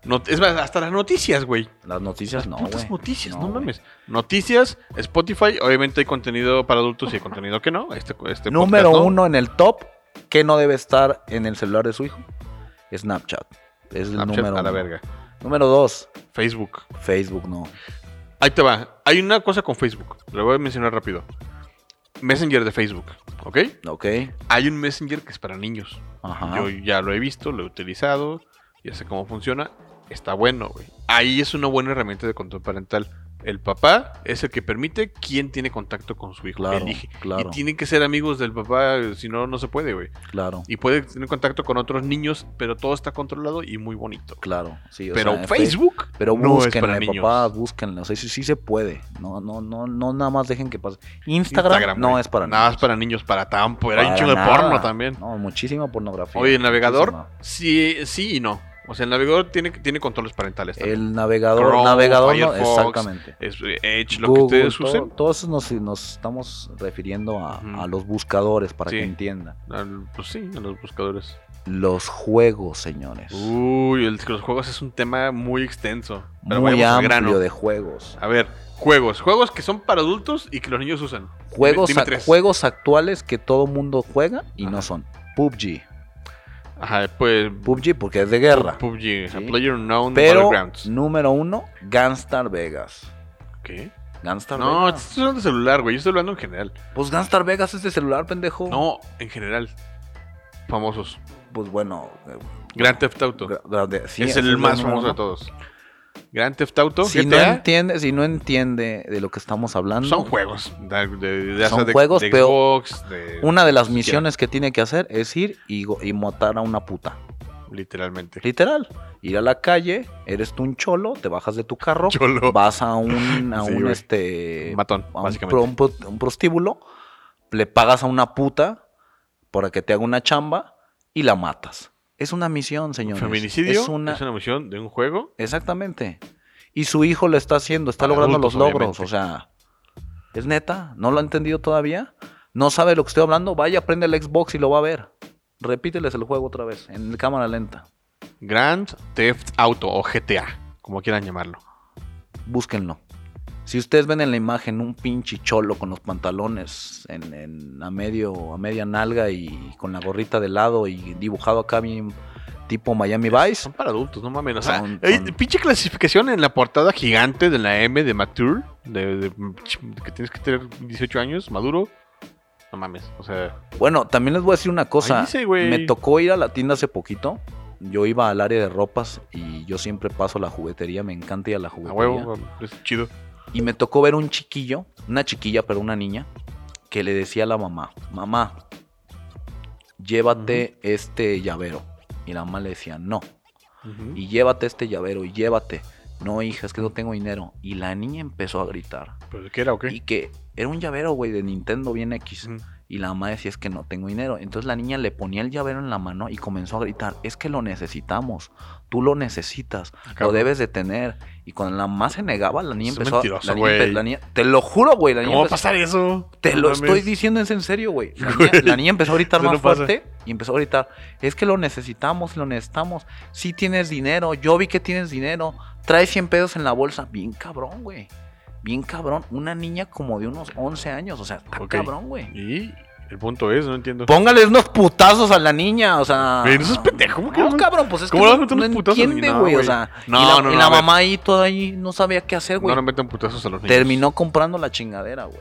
Not- es más, hasta las noticias, güey.
Las noticias
Las
no,
putas
güey.
noticias, no,
güey.
mames. Noticias, Spotify, obviamente hay contenido para adultos y hay contenido que no. Este, este
Número
podcast no.
uno en el top, que no debe estar en el celular de su hijo, Snapchat. Es el
Snapchat
número
Ah, pues a la
uno.
verga.
Número dos,
Facebook.
Facebook no.
Ahí te va. Hay una cosa con Facebook. Lo voy a mencionar rápido. Messenger de Facebook, ¿ok?
Ok.
Hay un Messenger que es para niños.
Ajá.
Yo ya lo he visto, lo he utilizado, ya sé cómo funciona. Está bueno, güey. Ahí es una buena herramienta de control parental. El papá es el que permite quién tiene contacto con su hijo.
Claro,
elige.
claro.
Y tienen que ser amigos del papá, eh, si no, no se puede, güey.
Claro,
Y puede tener contacto con otros niños, pero todo está controlado y muy bonito.
claro. Sí, o
pero
sea,
Facebook
Pero
no es
búsquenle,
para niños.
papá, búsquenle. O sea, sí, sí se puede. No, no, no, no, nada más dejen que pase. Instagram, no
güey.
es para
Nada más
niños.
para niños, para tampoco. Era un
Para
chingo de
nada.
porno también.
No, muchísima pornografía.
Oye, el navegador,
Muchísima.
sí, sí y no. O sea, el navegador tiene, tiene controles parentales también.
El navegador,
Chrome,
navegador, no,
Firefox,
exactamente.
Es, eh, Edge, lo
Google,
que ustedes
todo-
usen.
Todos nos, nos estamos refiriendo a,
Ujú.
a los buscadores para
Sí.
que entiendan.
Al- pues sí, a los buscadores.
Los juegos, señores.
Uh, Uy, el- los juegos es un tema muy extenso. Pero
Muy
vayamos al
amplio
grano.
de juegos.
A ver, juegos. Juegos que son para adultos y que los niños usan.
Juegos,
dime
a-
tres.
juegos actuales que todo mundo juega y
Ajá.
no son. PUBG.
Ajá, pues.
PUBG porque es de guerra.
PUBG,
Sí.
Player Unknown
Pero,
Battlegrounds.
número uno, Gunstar Vegas.
¿Qué?
Gunstar
No,
Vegas.
estás hablando de celular, güey. Yo estoy hablando en general.
Pues Gunstar Vegas es de celular, pendejo.
No, en general. Famosos.
Pues bueno. eh,
Grand Theft Auto.
gra- grande- sí,
es
ese
el
el
más
número
famoso
uno.
de todos. Grand Theft Auto,
Si no,
GTA,
entiende, si no entiende de lo que estamos hablando,
son juegos. De, de- de-
Son
de-
juegos,
de
pero
Xbox, de-
una de las misiones que tiene que hacer es ir y, go- y matar a una puta.
Literalmente. (laughs)
Literal. Ir a la calle, eres tú un cholo, te bajas de tu carro,
Cholo.
vas a un, a
(laughs) Sí,
un
güey.
este
Matón,
a un
básicamente.
pro- un pro- un prostíbulo, le pagas a una puta para que te haga una chamba y la matas. Es una misión, señores.
Feminicidio
Es una,
emoción de un juego.
Exactamente. Y su hijo lo está haciendo, está
Para
logrando
adultos,
los logros.
obviamente.
O sea, es neta, no lo ha entendido todavía. No sabe lo que estoy hablando. Vaya, prende el Xbox y lo va a ver. Repíteles el juego otra vez, en cámara lenta.
Grand Theft Auto o GTA, como quieran llamarlo.
Búsquenlo. Si ustedes ven en la imagen un pinche cholo con los pantalones en, en- a, medio, a media nalga y con la gorrita de lado y dibujado acá bien, tipo Miami Vice.
Son para adultos, no mames. O sea,
Son-
hay
son-
pinche clasificación en la portada gigante de la M de Mature, de, de- que tienes que tener 18 años, maduro. No mames, o sea,
Bueno, también les voy a decir una cosa.
Ahí dice, güey.
me tocó ir a la tienda hace poquito. Yo iba al área de ropas y yo siempre paso a la juguetería. Me encanta ir a la
a
juguetería.
huevo, es chido.
Y me tocó ver un chiquillo, una chiquilla, pero una niña, que le decía a la mamá, mamá, llévate este llavero. Y la mamá le decía, no.
Ujú.
Y llévate este llavero, y llévate. No, hija, es que no tengo dinero. Y la niña empezó a gritar.
¿Pero qué era o
Y pues,
qué?
que era un llavero, güey, de Nintendo bien X.
Ujú.
Y la mamá decía, es que no tengo dinero. Entonces la niña le ponía el llavero en la mano y comenzó a gritar, es que lo necesitamos, tú lo necesitas, lo
cabrón.
debes de tener. Y cuando la mamá se negaba, la niña
Es
empezó a...
mentiroso,
la niña empe-
güey.
la niña- te lo juro, güey, la niña
¿Cómo va a
empezó-
pasar eso?
Te
No
lo
mames.
estoy diciendo es en serio, güey. La,
Güey,
niña- la niña empezó a gritar
eso
más
no pasa.
fuerte y empezó a gritar, es que lo necesitamos, lo necesitamos. Si tienes dinero, yo vi que tienes dinero, trae 100 pesos en la bolsa. Bien cabrón, güey. Bien cabrón. Una niña como de unos 11 años, o sea, está
Ok.
cabrón, güey.
Y el punto es, no entiendo.
Póngales unos putazos a la niña, o sea.
Pero eso es pendejo, ¿cómo que
No,
no?
cabrón, pues es
¿Cómo le vas a
que
meter
no,
unos
no
putazos a la
entiende,
niña?
güey,
No,
o sea.
No,
y la,
no,
y
no,
la
a ver.
mamá ahí toda ahí no sabía qué hacer,
No
güey.
le metan putazos a los niños.
Terminó comprando la chingadera, güey.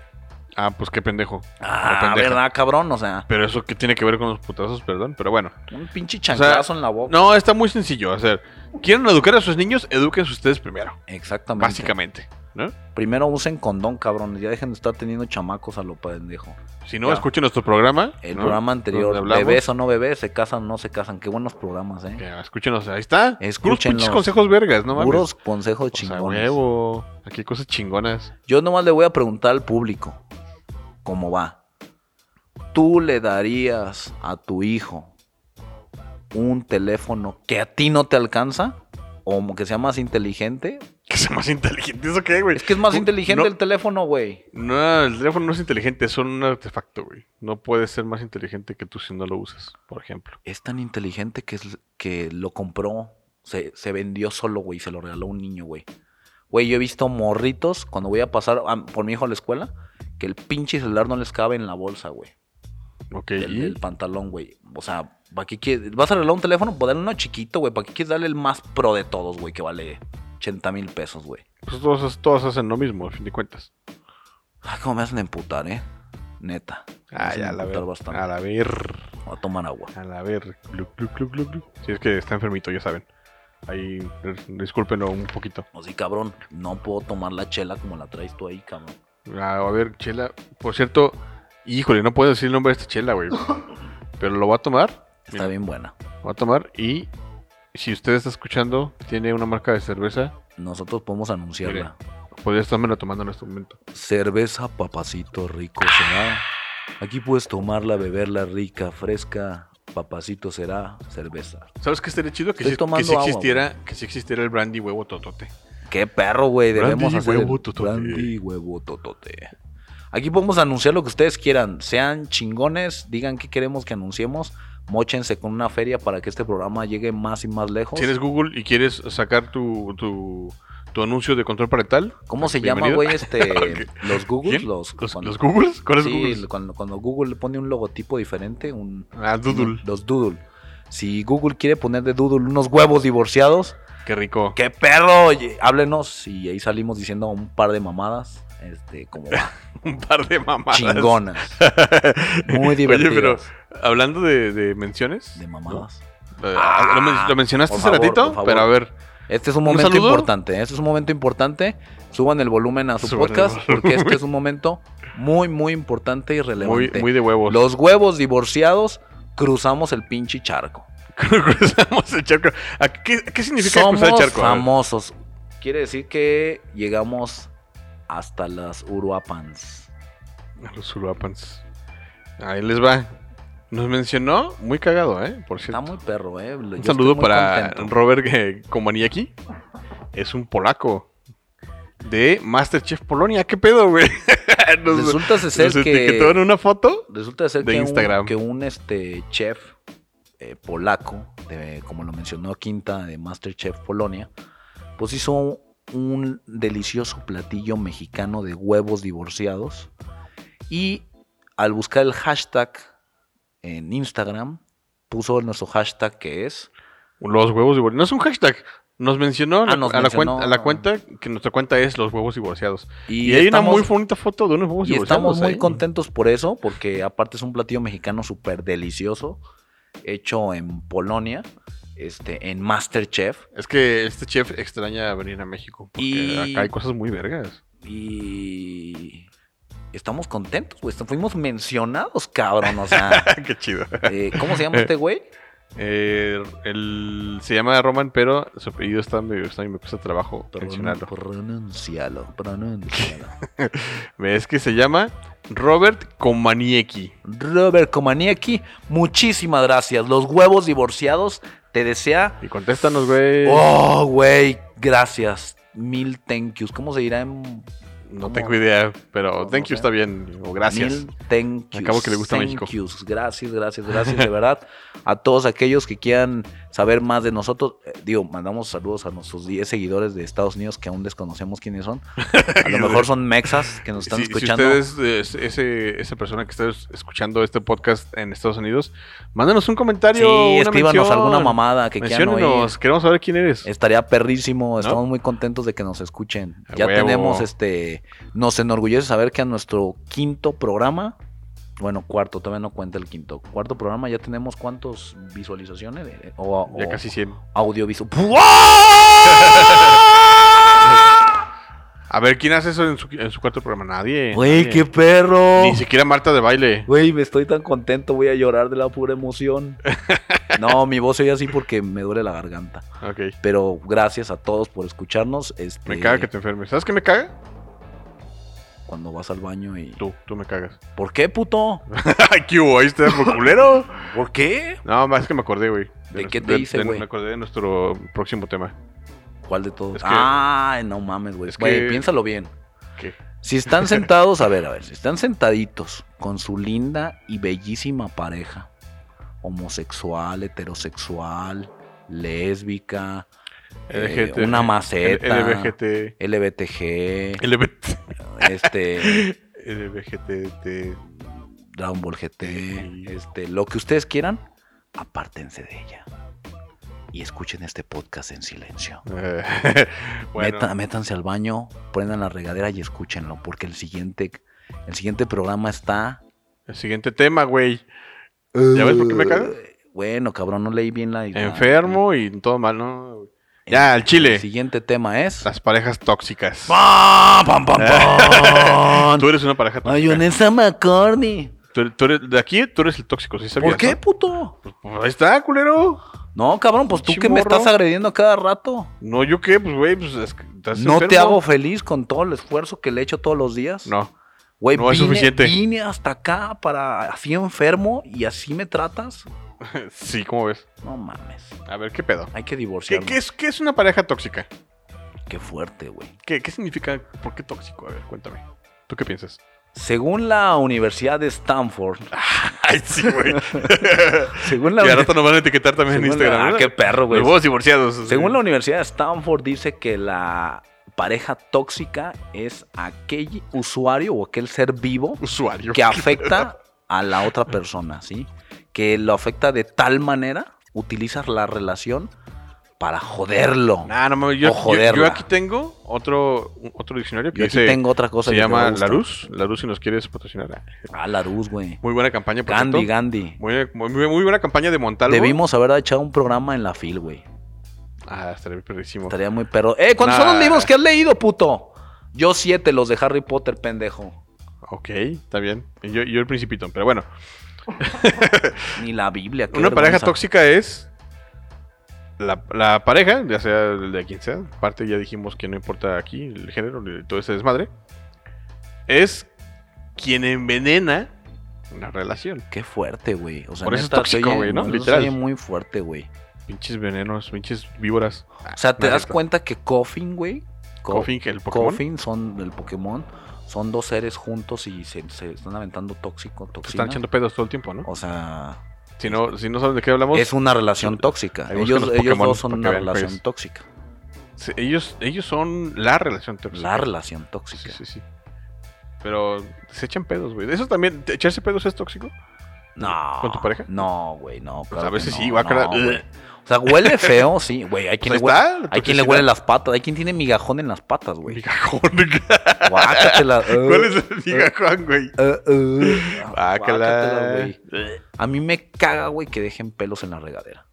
Ah, pues qué pendejo. La
Ah,
pendeja.
verdad, cabrón, o sea,
Pero eso que tiene que ver con los putazos, perdón, pero bueno.
un pinche chanclazo en la boca.
No, está muy sencillo. O sea, quieren educar a sus niños, eduquen ustedes primero,
Exactamente.
básicamente. ¿no?
Primero usen condón, cabrones. Ya dejen de estar teniendo chamacos a lo pendejo.
Si no,
Ya.
escuchen nuestro programa.
El
¿no?
programa
Donde
anterior,
hablamos.
bebés o no bebés, se casan o no se casan. Qué buenos programas, eh.
Ya, Escúchenos, ahí está. Puros
Escúchenlos.
pinches consejos vergas, ¿no mames?
Puros consejos
O sea,
chingones.
huevo. Aquí hay cosas chingonas.
Yo nomás le voy a preguntar al público cómo va. ¿Tú le darías a tu hijo un teléfono que a ti no te alcanza? ¿O que sea más inteligente?
Que sea más inteligente. ¿Eso qué, güey?
Es que es más
Tú-
inteligente
no-
el teléfono, güey.
No, el teléfono no es inteligente, es un artefacto, güey. No puede ser más inteligente que tú si no lo usas, por ejemplo.
Es tan inteligente que, es- que lo compró, se, se vendió solo, güey, y se lo regaló a un niño, güey. Güey, yo he visto morritos cuando voy a pasar a- por mi hijo a la escuela que el pinche celular no les cabe en la bolsa, güey.
Ok,
del,
y-
del pantalón, güey. O sea, ¿para qué quieres? ¿Vas a regalar un teléfono? Pues dale uno chiquito, güey. ¿Para qué quieres darle el más pro de todos, güey? Que vale 80 mil pesos, güey.
pues todos, todos hacen lo mismo, a fin de cuentas.
Ay, Ah, cómo me hacen emputar, eh. Neta. Me hacen emputar bastante.
A Ah, la Ah. ver,
Voy a tomar agua.
a la ver. Glu, glu, glu, glu, glu. Si es que está enfermito, ya saben. Ahí, eh, discúlpenlo un poquito.
O sí, cabrón. No puedo tomar la chela como la traes tú ahí, cabrón.
Ah, a ver, chela. Por cierto, híjole, no puedo decir el nombre de esta chela, güey. Pero lo va a tomar.
Está
Mira.
bien buena.
Lo va a tomar y si usted está escuchando, tiene una marca de cerveza.
Nosotros podemos anunciarla.
Podría estármela tomando en este momento.
Cerveza papacito rico será. Aquí puedes tomarla, beberla rica, fresca. Papacito será cerveza.
¿Sabes qué estaría chido? Que
Estoy
si,
tomando
que si
agua,
existiera, que si existiera el brandy huevo totote.
Qué perro, güey.
Brandy
Debemos
y
hacer el
huevo totote.
brandy y huevo totote. Aquí podemos anunciar lo que ustedes quieran. Sean chingones, digan qué queremos que anunciemos. Móchense con una feria para que este programa llegue más y más lejos.
Si eres Google y quieres sacar tu, tu, tu anuncio de control parental.
¿Cómo se llama,
bienvenido. (laughs)
güey? Este,
Ok.
Los Google.
¿Quién?
Los,
¿Los,
cuando,
los Googles? ¿Cuáles
sí,
Googles?
cuando- cuando Google le pone un logotipo diferente, un,
Ah, Doodle.
los Doodle. Si Google quiere poner de Doodle unos huevos divorciados,
Qué rico.
¡qué perro! Oye, Háblenos y ahí salimos diciendo un par de mamadas. Este,
(laughs)
como
(laughs) Un par de mamadas.
chingonas. (laughs) Muy
divertido. (laughs) Oye,
divertidas.
pero hablando de, de menciones.
De mamadas.
¿no? Eh, lo, men- lo mencionaste
Por
hace
favor, por
ratito,
favor.
pero a ver.
Este es un
¿Un
momento
saludo?
importante. Este es un momento importante. Suban el volumen a su
Suban el
podcast
volumen.
porque este es un momento muy, muy importante y
Muy,
relevante.
muy de huevos.
Los huevos divorciados cruzamos el pinche charco.
(laughs) cruzamos el charco. ¿A qué, qué significa
Somos
cruzar el charco? A ver.
famosos. Quiere decir que llegamos hasta las Uruapans.
A los Uruapans. Ahí les va. Nos mencionó, muy cagado, ¿eh? Por
Está
cierto.
muy perro, ¿eh? Yo
Un
estoy
saludo
muy
para
contento.
Robert eh, Komaniaki. Es un polaco de Masterchef Polonia. ¿Qué pedo, güey? (laughs) nos
Resulta ser
nos
que...
etiquetó en una foto.
Resulta ser
de
que,
Instagram.
Un, que un, este chef eh, polaco, de- como lo mencionó Quinta de Masterchef Polonia, pues hizo un delicioso platillo mexicano de huevos divorciados. Y al buscar el hashtag en Instagram, puso nuestro hashtag que es
Los huevos divorciados. No es un hashtag. Nos mencionó, a la-
Ah, nos
a, la
mencionó.
cuenta, a la cuenta que nuestra cuenta es los huevos divorciados. Y,
Y,
hay
estamos,
una muy bonita foto de unos huevos
y
divorciados.
estamos muy
¿eh?
contentos por eso, porque aparte es un platillo mexicano súper delicioso, hecho en Polonia, este, en Masterchef.
Es que este chef extraña venir a México. Porque
Y-
acá hay cosas
(laughs)
muy vergas.
Y estamos contentos, güey. Fuimos mencionados, cabrón. O sea,
Qué chido.
eh, ¿cómo se llama este güey?
Eh, el, se llama Roman, pero su apellido está medio extraño y me cuesta trabajo mencionarlo.
Pronuncialo, pronuncialo.
Es que se llama Robert Komaniecki.
Robert Komaniaki, muchísimas gracias. Los huevos divorciados te desea.
Y contéstanos, güey.
Oh, güey, gracias. Mil thank yous. ¿Cómo se dirá en
no
¿cómo?
tengo idea, pero
No, no
thank you
sé.
está bien. O gracias.
Mil thank yous.
Acabo que le gusta
Thank
México.
yous. Gracias, gracias, gracias. De verdad, a todos aquellos que quieran saber más de nosotros, eh, digo, mandamos saludos a nuestros 10 seguidores de Estados Unidos que aún desconocemos quiénes son. A
(laughs)
lo mejor son mexas que nos están
Si-
escuchando.
Si ustedes, eh, es- ese, esa persona que está es- escuchando este podcast en Estados Unidos, mándanos un
sí,
comentario. una
escríbanos
mención.
alguna mamada que quieran oír.
Menciónenos, queremos saber quién eres.
Estaría perrísimo, estamos muy contentos de que nos escuchen.
A
ya
huevo.
tenemos este, nos enorgullece saber que a nuestro quinto programa, bueno, cuarto, todavía no cuenta el quinto, cuarto programa ya tenemos cuántos visualizaciones Eh, o, o
Ya casi 100. (laughs)
audiovisual.
A ver, ¿quién hace eso en su, en su cuarto programa? Nadie.
Güey,
nadie.
qué perro.
Ni siquiera Marta de baile.
Güey, me estoy tan contento, voy a llorar de la pura
(laughs)
emoción. No, mi voz soy así porque me duele la garganta.
Ok.
Pero gracias a todos por escucharnos. Este,
Me caga que te enfermes. ¿Sabes qué me caga?
cuando vas al baño y
Tú, tú me cagas. (laughs)
¿Por qué, puto?
¿Qué hubo? Ahí está, por culero.
¿Por qué?
No, más que me acordé, güey.
¿De
nuestro-
qué te hice,
de-
güey?
Me acordé de nuestro próximo tema.
¿Cuál de todos?
Es que-
Ay, no mames, güey.
Es
Güey,
que-
piénsalo bien.
¿Qué?
Si están sentados, a ver, a ver, si están sentaditos con su linda y bellísima pareja, homosexual, heterosexual, lésbica, eh,
LGT,
una maceta,
LBGT.
LBTG,
LBT.
este,
LBGT.
Dragon Ball GT,
Sí.
este, lo que ustedes quieran, apártense de ella y escuchen este podcast en silencio.
Eh, (laughs) bueno,
Meta- métanse al baño, prendan la regadera y escúchenlo, porque el siguiente, el siguiente programa está.
el siguiente tema, güey. ¿Ya ves por qué me caga?
eh, Bueno, cabrón, no leí bien la. la-
Enfermo y todo mal, ¿no?
el-
Ya, al chile.
El siguiente tema es.
Las parejas tóxicas.
¡Pam, (laughs) pam, pam, pam!
(laughs) Tú eres una pareja tóxica.
Mayonesa McCartney.
Tú eres- tú eres- de aquí tú eres el tóxico, ¿sí sabías?
¿Por qué,
no?
puto?
Pues, pues, ahí está, culero.
No, cabrón, pues tú que
Chimorro.
me estás agrediendo a cada rato.
No, ¿yo qué? Pues, güey, pues es que estás
No te
enfermo.
hago feliz con todo el esfuerzo que le echo todos los días.
No. (laughs)
Güey,
No es
vine-
suficiente.
Vine hasta acá para así enfermo y así me tratas.
Sí, ¿cómo ves?
No mames.
A ver, ¿qué pedo?
Hay que
¿Qué,
divorciarnos.
qué es, qué es una pareja tóxica?
Qué fuerte, güey.
¿Qué, ¿Qué significa? ¿Por qué tóxico? A ver, cuéntame. ¿Tú qué
(laughs)
piensas?
Según la Universidad de Stanford. (laughs)
Ay, sí, (laughs) güey.
Según la,
y ahora nos van a etiquetar también en
según la-
Instagram.
ah,
¿verdad?
qué perro, güey.
Los huevos divorciados.
Según la Universidad de Stanford dice que la pareja tóxica es aquel usuario o aquel ser
(laughs)
vivo
usuario.
que afecta a la otra persona, ¿sí? Que lo afecta de tal manera, utilizas la relación para joderlo.
Nah, no mames, yo,
O
yo-
joderla.
yo aquí tengo otro, un- otro diccionario que
Oh, Yo aquí
dice-
tengo otra cosa.
se
que te va a
llama
gustar.
La Luz. La Luz, si nos quieres patrocinar.
Ah, la luz, güey.
Muy buena campaña, por
Gandhi,
cierto.
Gandhi.
Muy, muy- muy- muy buena campaña de Montalvo.
Debimos haber echado un programa en la fil, güey.
Ah, estaría perrísimo.
Estaría muy perro. ¡Eh! ¿Cuántos son
Nah.
los libros que has leído, puto? Yo siete, los de Harry Potter, pendejo.
Ok, está bien. Y Yo, yo el principito, pero bueno.
Ni la Biblia. qué
Una pareja
vergüenza.
tóxica es... La, la pareja, ya sea el de quien sea, aparte ya dijimos que no importa aquí el género ni todo ese desmadre, es quien envenena una relación.
Qué fuerte, güey. O sea,
Por eso es
neta, se
tóxico,
oye-
güey, ¿no?
eso se
Literal.
oye muy fuerte, güey.
Pinches venenos, pinches víboras.
O sea, ¿te
No es
das
cierto.
cuenta que Coffin, güey? Co-
Coffin, el Pokémon.
Coffin son del Pokémon. Son dos seres juntos y se, se están aventando tóxico,
Te
toxina.
Pues están echando pedos todo el tiempo, ¿no?
O sea,
Si no, si no saben de qué hablamos,
Oh, es una relación
Sí.
tóxica.
Ahí buscan
Ellos,
los
ellos
Pokémon
dos son
para que
una
vean pues. cuál
relación
es.
tóxica.
se- ellos, ellos son la relación tóxica.
La relación
Sí,
tóxica.
sí, sí. Pero se echan pedos, güey. Eso también, ¿te- echarse pedos es tóxico.
No.
¿Con tu pareja?
No, güey, no.
Pues
claro
a
que
veces
no,
sí, guácala.
no, güey. o sea, huele feo, (laughs) sí, güey. Hay quien,
Pues
le
ahí
huele, hay
está, la
quien le
toxicidad.
huele las patas. Hay quien tiene migajón en las patas, güey.
(laughs) Migajón. (laughs)
Guácatela. uh,
¿Cuál es el
(laughs)
migajón, güey? Ah,
Guácatela,
Guácala.
güey. A mí me caga, güey, que dejen pelos en la regadera.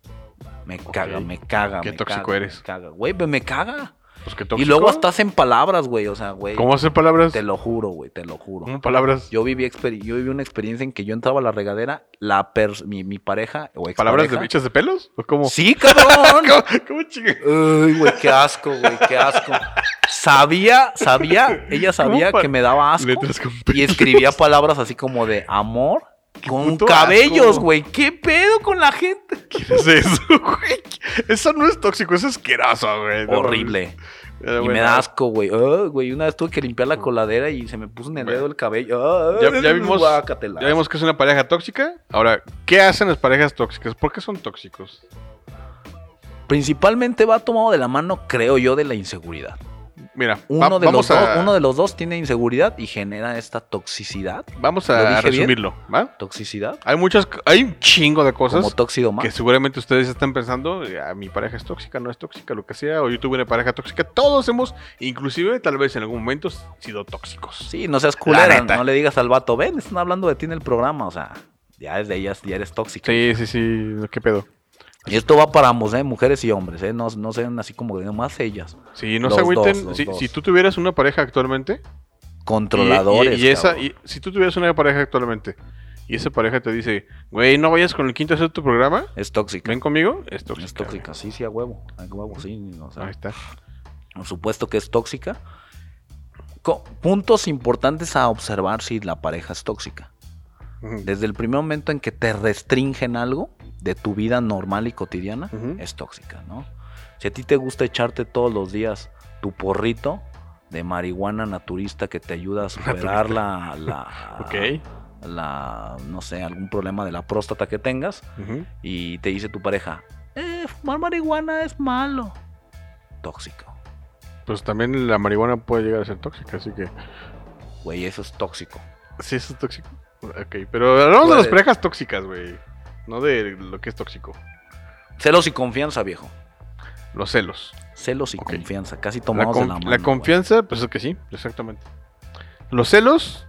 Me caga,
Ok.
me caga.
Qué
me
tóxico
caga,
eres.
Me caga, güey, pues me caga.
Pues qué
Y
tóxico.
luego estás en palabras, güey. O sea, güey.
¿Cómo hacer palabras?
Te lo juro, güey, te lo juro.
¿Cómo palabras?
Yo viví, exper- yo viví una experiencia en que yo entraba a la regadera, la pers- mi, mi pareja o expareja.
¿Palabras de bichas de pelos? ¿O cómo?
Sí, cabrón.
(laughs) ¿Cómo, cómo chingue?
Ay, güey, qué asco, güey, qué asco. Sabía, sabía, ella sabía
¿Cómo pa-
que me daba asco
Letras con
y
pelos. (laughs)
escribía palabras así como de amor con
puto
cabellos,
asco.
güey. ¿Qué pedo con la gente?
¿Qué es eso, güey? Eso no es tóxico, eso es asqueroso, güey. No,
Horrible.
eh,
Y
bueno,
me da asco, güey. Ay, güey, una vez tuve que limpiar la coladera y se me puso en el
Bueno.
dedo el cabello. Ay,
Ya- ya vimos-
guácatela.
Ya vimos que es una pareja tóxica. Ahora, ¿qué hacen las parejas tóxicas? ¿Por qué son tóxicos?
Principalmente va tomado de la mano, creo yo, de la inseguridad.
Mira, va-
Uno, de los
vamos, a,
dos, uno de los dos tiene inseguridad y genera esta toxicidad.
vamos
¿Lo
a
dije bien?
resumirlo, ¿va?
¿Toxicidad?
Hay muchas, hay un chingo de cosas
Como tóxido más.
que seguramente ustedes están pensando, eh, ah, mi pareja es tóxica, no es tóxica, lo que sea, o yo tuve una pareja tóxica. Todos hemos, inclusive tal vez en algún momento, sido tóxicos.
Sí, no seas culera,
neta.
no le digas al vato, ven, están hablando de ti en el programa, o sea, ya desde ellas ya eres tóxico.
Sí, sí, sí, qué pedo.
Y esto va para ambos, ¿eh? mujeres y hombres, ¿eh? no, no sean así como que nomás ellas.
Sí, no
Los
se
dos,
agüiten.
los
si,
dos.
si tú tuvieras una pareja actualmente, y-
Controladores.
Y, y esa,
cabrón.
y- si tú tuvieras una pareja actualmente y esa pareja te dice, güey, no vayas con el quinto a hacer tu programa,
Es tóxica.
ven conmigo, es tóxica.
Es tóxica, sí, sí, a huevo. A huevo, sí. o sea,
güey. Ahí está.
por supuesto que es tóxica. Co- puntos importantes a observar si la pareja es tóxica.
Ujú.
Desde el primer momento en que te restringen algo de tu vida normal y cotidiana,
Ujú.
es tóxica, ¿no? Si a ti te gusta echarte todos los días tu porrito de marihuana naturista que te ayuda a superar la, la,
(laughs) Ok.
Ah. la, no sé, algún problema de la próstata que tengas,
Ujú.
y te dice tu pareja, eh, fumar marihuana es malo. Tóxico.
Pues también la marihuana puede llegar a ser tóxica, así que...
Güey, eso es tóxico.
Sí, eso es tóxico. Ok, pero hablamos de las
Puede.
parejas tóxicas, güey. No de lo que es tóxico.
Celos y confianza, viejo.
Los celos.
Celos y
Ok.
confianza, casi
La,
tomados
conf-
de la mano.
la
güey.
confianza, pues es que sí, exactamente. Los celos,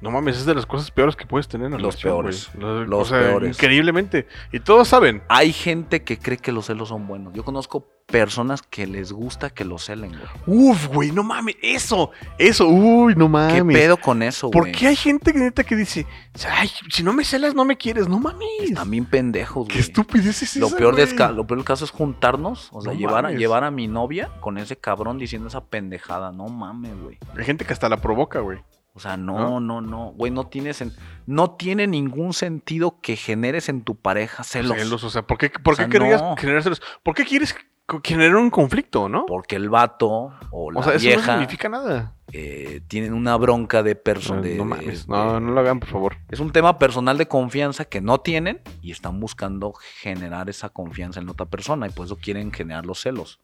no mames, es de las cosas peores que puedes tener en una
Los
relación,
peores.
güey. Los,
Los
o sea,
peores.
Increíblemente. Y todos saben.
Hay gente que cree que los celos son buenos. Yo conozco personas que les gusta que los celen, güey.
Uf, güey, no mames, eso, eso, uy, no
¿Qué
mames.
pedo con eso,
Ah, ¿Por
güey?
qué hay gente que neta que dice, ay, si no me celas, no me quieres? No mames.
Están bien pendejos,
Qué
güey.
estupidez es
Lo
esa,
peor, de
güey.
esca- lo peor del caso es juntarnos, o sea,
No
llevar, a,
mames.
llevar a mi novia con ese cabrón diciendo esa pendejada. No mames, güey.
Hay gente que hasta la provoca, güey.
O sea, no, no, no. Güey, no, tiene sen- no tiene ningún sentido que generes en tu pareja celos.
Celos, o sea, ¿por qué, por
O sea,
qué querrías
no.
generar celos? ¿Por qué quieres co- generar un conflicto, no?
Porque el vato o la
O sea, eso no
vieja pues,
significa nada.
eh, tienen una bronca de
No,
persona.
no mames, no, no lo hagan, por favor.
Es un tema personal de confianza que no tienen y están buscando generar esa confianza en otra persona y por eso quieren generar los celos.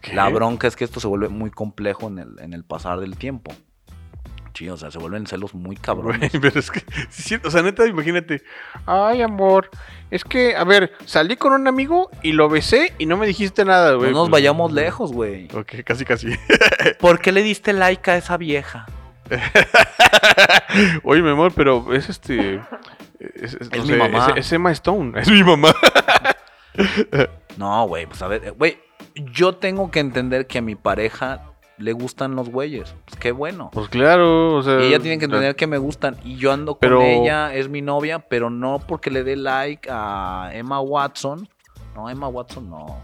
¿Qué?
La bronca es que esto se vuelve muy complejo en el, en el pasar del tiempo. Sí, o sea, se vuelven celos muy
Güey, (laughs)
cabrones.
pero es que, sí, sí, o sea, neta, imagínate. Ay, amor, es que, a ver, salí con un amigo y lo besé y no me dijiste nada,
No
güey. Eh.
nos
Pues,
vayamos lejos, güey.
Ok, casi, casi. (laughs)
¿Por qué le diste like a esa vieja?
Oye, mi amor, pero
(laughs)
es este... Es, es- no
Es mi mamá.
Es, es Emma Stone, (laughs) es mi mamá.
No, güey, pues a ver, eh, güey, yo tengo que entender que a mi pareja le gustan los güeyes. Pues qué bueno.
Pues claro, o sea...
Y ella tiene que entender que me gustan. Y yo ando con
Pero-
ella, es mi novia, pero no porque le dé like a Emma Watson. No, Emma Watson
(laughs)
no.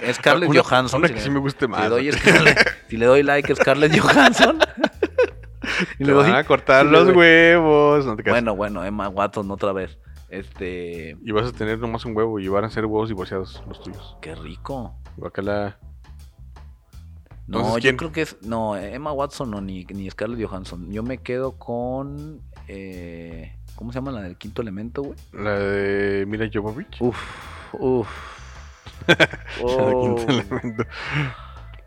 Es es Scarlett
Una-
Johansson.
Una
si
que
le-
sí me guste
si le
más.
doy este Scarlett- si le doy like a Scarlett
(laughs)
Johansson. y
Le
le
van
doy-
a cortar
sí, le
los
doy.
huevos. No te creas.
bueno, bueno, Emma Watson otra vez. Este,
Y vas a tener nomás un huevo y van a ser huevos divorciados los tuyos.
qué rico.
Guacala.
No,
Entonces,
yo
¿quién?
creo que es. No, Emma Watson no, ni, ni Scarlett Johansson. Yo me quedo con. eh, ¿Cómo se llama la del quinto elemento, güey?
La de Mira Jovovich.
Uf, uf.
La de
Oh.
(laughs) Quinto Elemento.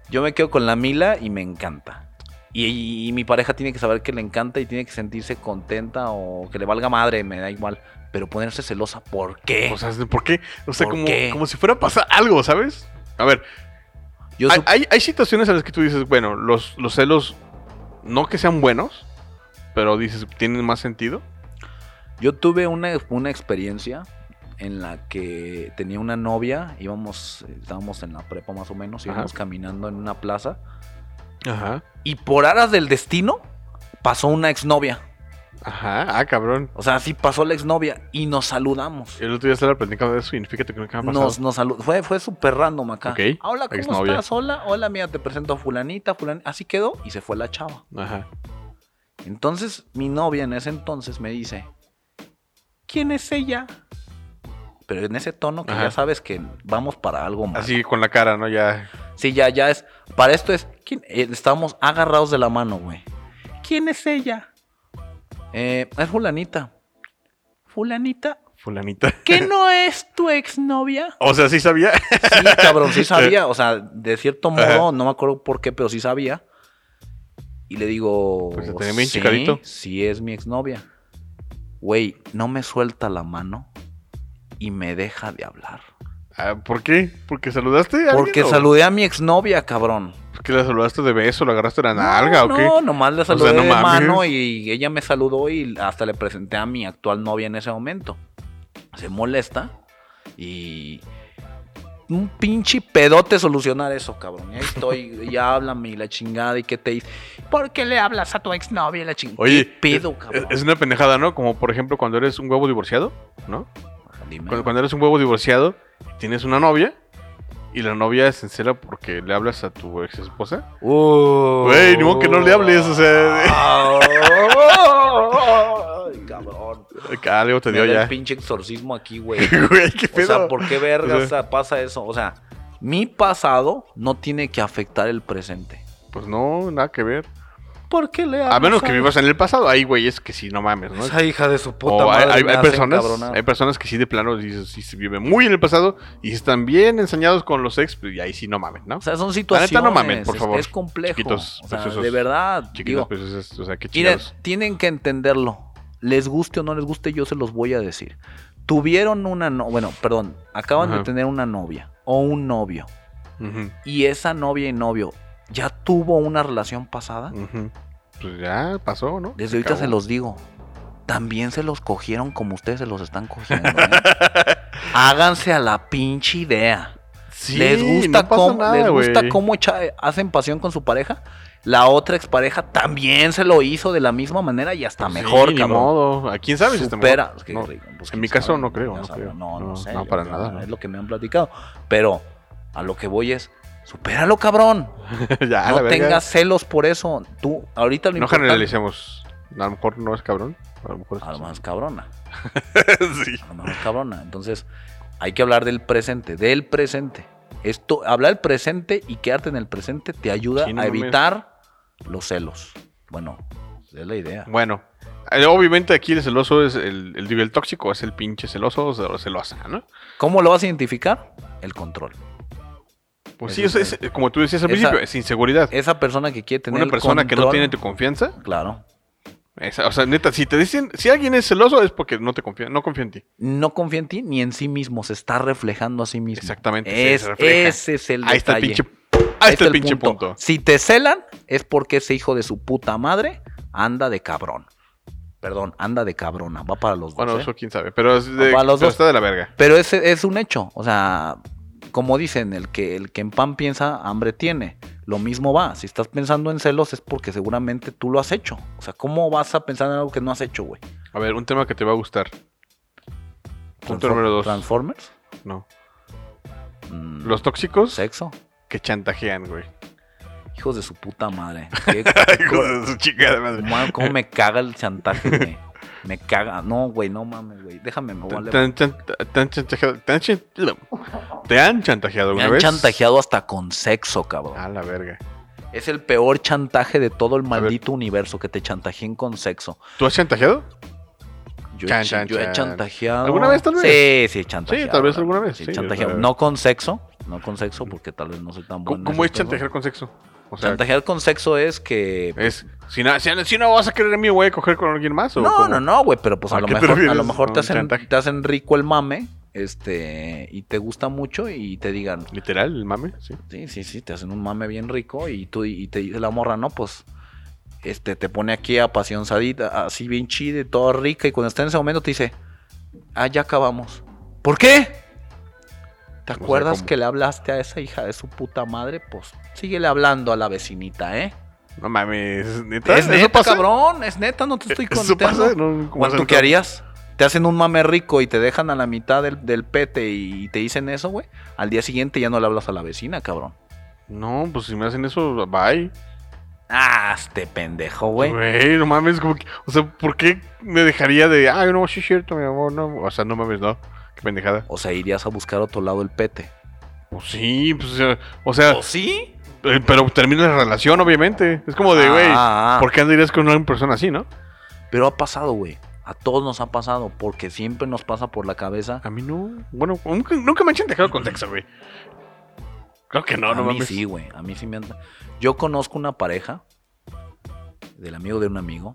Yo me quedo con la Mila y me encanta. Y, y- y mi pareja tiene que saber que le encanta y tiene que sentirse contenta o que le valga madre, me da igual. Pero ponerse celosa, ¿por qué?
O sea, ¿por qué? O sea,
Eh. ¿Por
como,
qué?
como si fuera a pasar algo, ¿sabes? A ver,
Yo
hay,
sup-
hay- hay situaciones en las que tú dices, bueno, los, los celos no que sean buenos, pero dices, ¿tienen más sentido?
Yo tuve una, una experiencia en la que tenía una novia, íbamos, estábamos en la prepa más o menos,
Ajá.
íbamos caminando en una plaza
Ajá.
y por aras del destino pasó una exnovia.
Ajá, ah, cabrón.
O sea, sí pasó la exnovia y nos saludamos.
El otro día estaba platicando de eso y fíjate que nunca me ha pasado.
Nos, nos salu- Fue, fue súper random acá.
Ok,
Ah, Hola, ¿cómo
exnovia.
estás? Hola, hola, mira, te presento a fulanita, fulanita. Así quedó y se fue la chava.
Ajá.
Entonces, mi novia en ese entonces me dice, ¿quién es ella? Pero en ese tono que
Ajá.
ya sabes que vamos para algo más.
Así con la cara, ¿no? Ya.
Sí, ya, ya es. Para esto es. ¿quién? Eh, estamos agarrados de la mano, güey. ¿Quién es ella? Eh, es Fulanita. ¿Fulanita?
Fulanita. (laughs)
¿Qué no es tu exnovia?
O sea, sí sabía. (laughs)
Sí, cabrón, sí
Eh,
sabía. O sea, de cierto modo, no me acuerdo por qué, pero sí sabía. Y le digo.
Pues, te tenía bien
sí,
chicadito".
sí es mi exnovia. Güey, no me suelta la mano y me deja de hablar.
Ah, ¿Por qué? ¿Porque saludaste a
Porque
alguien o
saludé a mi exnovia, cabrón.
¿Porque la saludaste de beso? ¿La agarraste de la nalga
no,
o qué?
No, nomás le
sea,
saludé
no
de
mames.
mano y ella me saludó y hasta le presenté a mi actual novia en ese momento. Se molesta y un pinche pedote solucionar eso, cabrón. Y ahí
(laughs)
estoy, ya háblame y la chingada y qué te hice. ¿Por qué le hablas a tu exnovia y la chingada?
Oye,
¿Qué pedo,
Es-
cabrón?
Es una pendejada, ¿no? Como por ejemplo cuando eres un huevo divorciado, ¿no?
Dime.
Cuando, cuando eres un huevo divorciado, tienes una novia y la novia es sincera porque le hablas a tu ex esposa.
Uh,
Güey, ni modo que no le hables, o sea.
Ah, oh.
(laughs)
Ay, cabrón.
Ah, algo te
Me
dio
da el
ya.
pinche exorcismo aquí, güey.
(laughs) Güey, qué
O
pedo.
sea, ¿por qué verga
O sea-
o sea, pasa eso? O sea, mi pasado no tiene que afectar el presente.
Pues no, nada que ver.
¿Por qué le
A menos que vivas en el pasado. Ahí, güey, es que sí, no mames, ¿no?
Esa hija de su puta
O hay,
madre.
hay-
me
hay
hace
personas,
encabronar.
hay personas que sí de plano dices, sí se vive muy en el pasado y están bien ensañados con los ex, pues, y ahí sí no mames, ¿no?
O sea, son
no
situaciones.
mamen, por
es-
favor.
Es, complejo.
Chiquitos,
o sea,
preciosos.
de verdad.
Chiquitos,
digo,
pues es- o sea, qué
miren,
chingados.
tienen que entenderlo. Les guste o no les guste, yo se los voy a decir. Tuvieron una no, bueno, perdón, acaban
Ajá.
de tener una novia o un novio
Ujú,
y esa novia y novio ya tuvo una relación pasada.
ujú. Pues ya pasó, ¿no?
Desde ahorita se
acabó.
los digo. También se los cogieron como ustedes se los están cogiendo.
(laughs)
¿eh? Háganse a la pinche idea.
Sí,
¿Les gusta,
no pasa
cómo,
nada,
les gusta
güey.
cómo echa- hacen pasión con su pareja? La otra expareja también se lo hizo de la misma manera y hasta
Pues Sí,
mejor,
ni
cabrón.
modo. ¿A quién sabe si está
Supera.
mejor?
Qué
No.
rico, pues,
En
quién
mi caso
sabe,
no creo,
ya
no
sabe.
creo.
No, no,
No,
sé,
no,
yo-
para nada, no.
Es lo que me han platicado. Pero a lo que voy es, supéralo, cabrón.
(laughs) ya, la
no
verga.
tengas celos por eso. Tú, ahorita lo
No
importante-
generalicemos. A lo mejor no es cabrón. A lo mejor es.
A lo más cabrona.
(laughs) sí.
a lo mejor cabrona. Entonces, hay que hablar del presente, del presente. Esto, hablar del presente y quedarte en el presente te ayuda
Sí, no
a
mames.
evitar los celos. Bueno, es la idea.
Bueno, eh, obviamente aquí el celoso es el, el, digo, el tóxico, es el pinche celoso o cel- celosa, ¿no?
¿Cómo lo vas a identificar? El control.
Pues
Eso
sí, eso
es-
es, como tú decías al
esa-
principio, es inseguridad.
Esa persona que quiere tener
Una
el
persona que no
control-
tiene tu confianza,
Claro.
esa- o sea, neta, si te dicen, si alguien es celoso es porque no te confía, no confía en ti.
No confía en ti ni en sí mismo, se está reflejando a sí mismo.
Exactamente, sí,
Es-
se refleja.
ese es el
Ahí está el
detalle.
pinche, ahí está Este el pinche punto.
Si te celan, es porque ese hijo de su puta madre anda de cabrón. Perdón, anda de cabrona. Va para los dos.
Bueno,
¿eh?
eso quién sabe, pero, es de-
Para los
pero
dos.
está de la verga.
Pero es, es un hecho. O sea, como dicen, el que, el que en pan piensa, hambre tiene. Lo mismo va. Si estás pensando en celos es porque seguramente tú lo has hecho. O sea, ¿cómo vas a pensar en algo que no has hecho, güey?
A ver, un tema que te va a gustar. Punto
Transfor-
número dos.
Transformers.
No.
Mm,
Los tóxicos
Sexo.
que chantajean, güey. (laughs)
Hijos de su puta madre. Qué-
Hijos de su chingada madre.
Cómo- cómo me caga el chantaje,
(laughs)
güey. Me caga. No, güey, no mames, güey. Déjame, me voy a
Tan-
levantar.
tan- tan- tan chantajeado- tan chan- ¿Te han chantajeado
Me
alguna
han
vez?
chantajeado hasta con sexo, cabrón.
A la verga.
Es el peor chantaje de todo el maldito universo que te chantajeen con sexo.
¿Tú has chantajeado?
Yo,
Chan,
he, chi-
chan,
yo he
chan.
chantajeado.
¿Alguna vez, tal vez?
Sí, sí, he chantajeado.
Sí, tal vez
la
alguna
verdad,
vez,
sí,
sí,
chantajeado.
o sea-
No con sexo, no con sexo, porque tal vez no soy tan
¿Cómo,
bueno.
cómo es chantajear con sexo? O sea,
Chantajear con sexo es que.
es, si, no, si, no- si no vas a querer a mí, voy a coger con alguien más. ¿o
no,
cómo?
no, no, güey, pero pues a,
¿A
lo
qué te
mejor, a
refieres
lo mejor te
con
hacen,
chantaje?
te hacen rico el mame, este, y te gusta mucho y te digan,
Literal, el mame, sí.
sí, sí, sí, te hacen un mame bien rico y tú y te dice la morra, no, pues, este, te pone aquí apasionadita, así bien chida y toda rica y cuando está en ese momento te dice, ah, ya acabamos. ¿Por qué? ¿Te
O sea,
acuerdas
como-
que le hablaste a esa hija de su puta madre? Pues síguele hablando a la vecinita, ¿eh?
No mames, neta.
Es
¿Eso
neta,
pasa? (laughs)
cabrón, es neta, no te estoy
¿Eso
contando.
pasa? No, ¿cómo
Juan, ¿tú
hacen?
qué harías? Te hacen un mame rico y te dejan a la mitad del, del pete y te dicen eso, güey. Al día siguiente ya no le hablas a la vecina, cabrón.
No, pues si me hacen eso, bye.
Ah, este pendejo, güey.
Güey, no mames, como que, o sea, ¿por qué me dejaría de, ay, no, sí es cierto, mi amor, no, o sea, no mames, no, qué pendejada.
O sea, irías a buscar otro lado el pete.
Pues sí, pues, o sea, o sea,
sí?
eh, pero termina la relación, obviamente. Es como de, güey,
Ah, ah.
¿por qué andarías con una persona así, no?
Pero ha pasado, güey. A todos nos ha pasado porque siempre nos pasa por la cabeza.
A mí no, bueno, nunca, nunca me han dejado con sexo, güey. Creo que no,
a
no
mí
mames.
sí, güey. A mí sí me han... Yo conozco una pareja del amigo de un amigo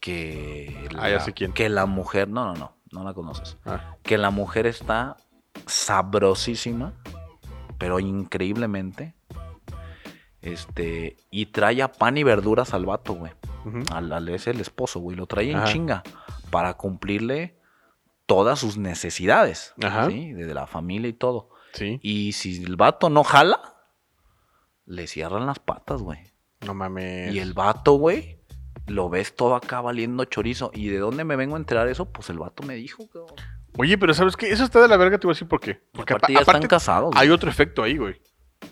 que...
Ah, ya sé quién.
Que la mujer... No, no, no. No la conoces.
Ah,
que la mujer está sabrosísima, pero increíblemente. Este, y trae a pan y verduras al vato, güey.
ujú.
Al, al- es el esposo, güey. Lo trae en
Ajá.
chinga para cumplirle todas sus necesidades.
Ajá.
¿sí? De la familia y todo.
Sí,
Y si el vato no jala, le cierran las patas, güey.
no mames.
Y el vato, güey, lo ves todo acá valiendo chorizo. ¿Y de dónde me vengo a enterar eso? Pues el vato me dijo, cabrón.
Oye, pero ¿sabes qué? Eso está de la verga, te voy a decir por qué. Porque
aparte,
apa-
ya
aparte-
están casados.
Hay otro efecto ahí, güey.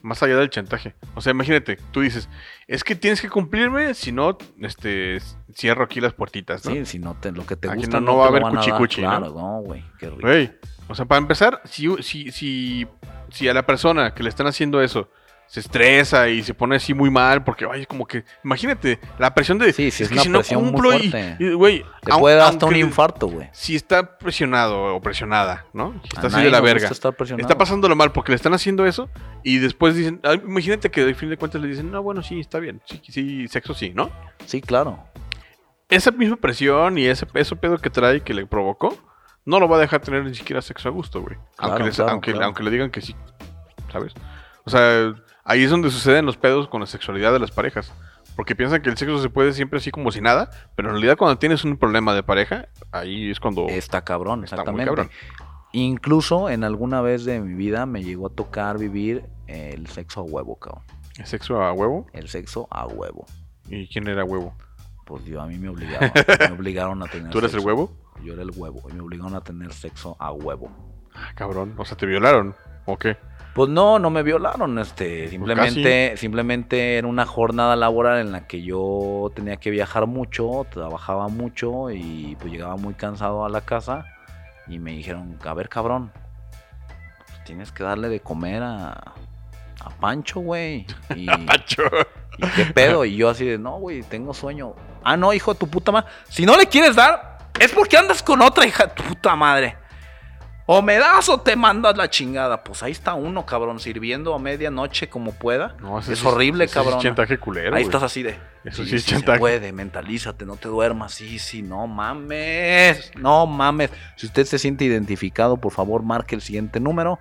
Más allá del chantaje. O sea, imagínate, tú dices, es que tienes que cumplirme, si no, este, s- cierro aquí las puertitas, ¿no?
Sí, si no te, lo que te
Aquí
gusta
no- no
te
va a
lo
haber
van dar,
cuchicuchi, ¿no? Eh,
Claro, no, güey, qué rico.
Güey, o sea, para empezar, si, si, si, si a la persona que le están haciendo eso se estresa y se pone así muy mal, porque, ay, como que, imagínate, la presión de,
Sí, sí, es
que
una
si no
presión muy
cumplo y-
fuerte.
y, güey,
Te
aun-
puede dar hasta un
aunque-
infarto, güey.
Si está presionado o presionada, ¿no? Si
A
está así
nadie
de la
nos gusta
verga.
estar presionado.
Está pasándolo mal porque le están haciendo eso y después dicen, ah, imagínate que al fin de cuentas le dicen, no, bueno, sí, está bien, sí, sí, sexo sí, ¿no?
Sí, claro.
Esa misma presión y ese, ese pedo que trae que le provocó, no lo va a dejar tener ni siquiera sexo a gusto, güey.
Claro,
aunque, les-
claro,
aunque,
claro.
aunque le digan que sí, ¿sabes? O sea, ahí es donde suceden los pedos con la sexualidad de las parejas. Porque piensan que el sexo se puede siempre así como si nada, pero en realidad cuando tienes un problema de pareja, ahí es cuando...
Está cabrón,
Oh. Está muy
exactamente.
cabrón.
Incluso en alguna vez de mi vida me llegó a tocar vivir el sexo a huevo, cabrón.
¿Es sexo a huevo?
El sexo a huevo.
¿Y quién era huevo?
Pues yo a mí me obligaron,
(laughs)
me obligaron a tener
¿Tú eres el
sexo.
huevo?
Yo era el huevo y me obligaron a tener sexo a huevo.
Ah, cabrón. O sea, te violaron. ¿O qué?
Pues no, no me violaron, este, simplemente, simplemente era una jornada laboral en la que yo tenía que viajar mucho, trabajaba mucho y pues llegaba muy cansado a la casa y me dijeron, a ver cabrón, pues, tienes que darle de comer a, a Pancho, güey. Y,
Pancho.
y qué pedo, y yo así de, no, güey, tengo sueño. Ah, no, hijo de tu puta madre, si no le quieres dar, es porque andas con otra hija de tu puta madre. O me das o te mandas la chingada. Pues ahí está uno, cabrón, sirviendo a medianoche como pueda.
No, ese
es
sí
horrible,
ese sí
cabrón.
Es chantaje culero.
ahí
güey.
estás así de.
Eso sí
sí
es
se
chantaje.
puede, mentalízate, no te duermas. Sí, sí, no mames. No mames. Si usted se siente identificado, por favor, marque el siguiente número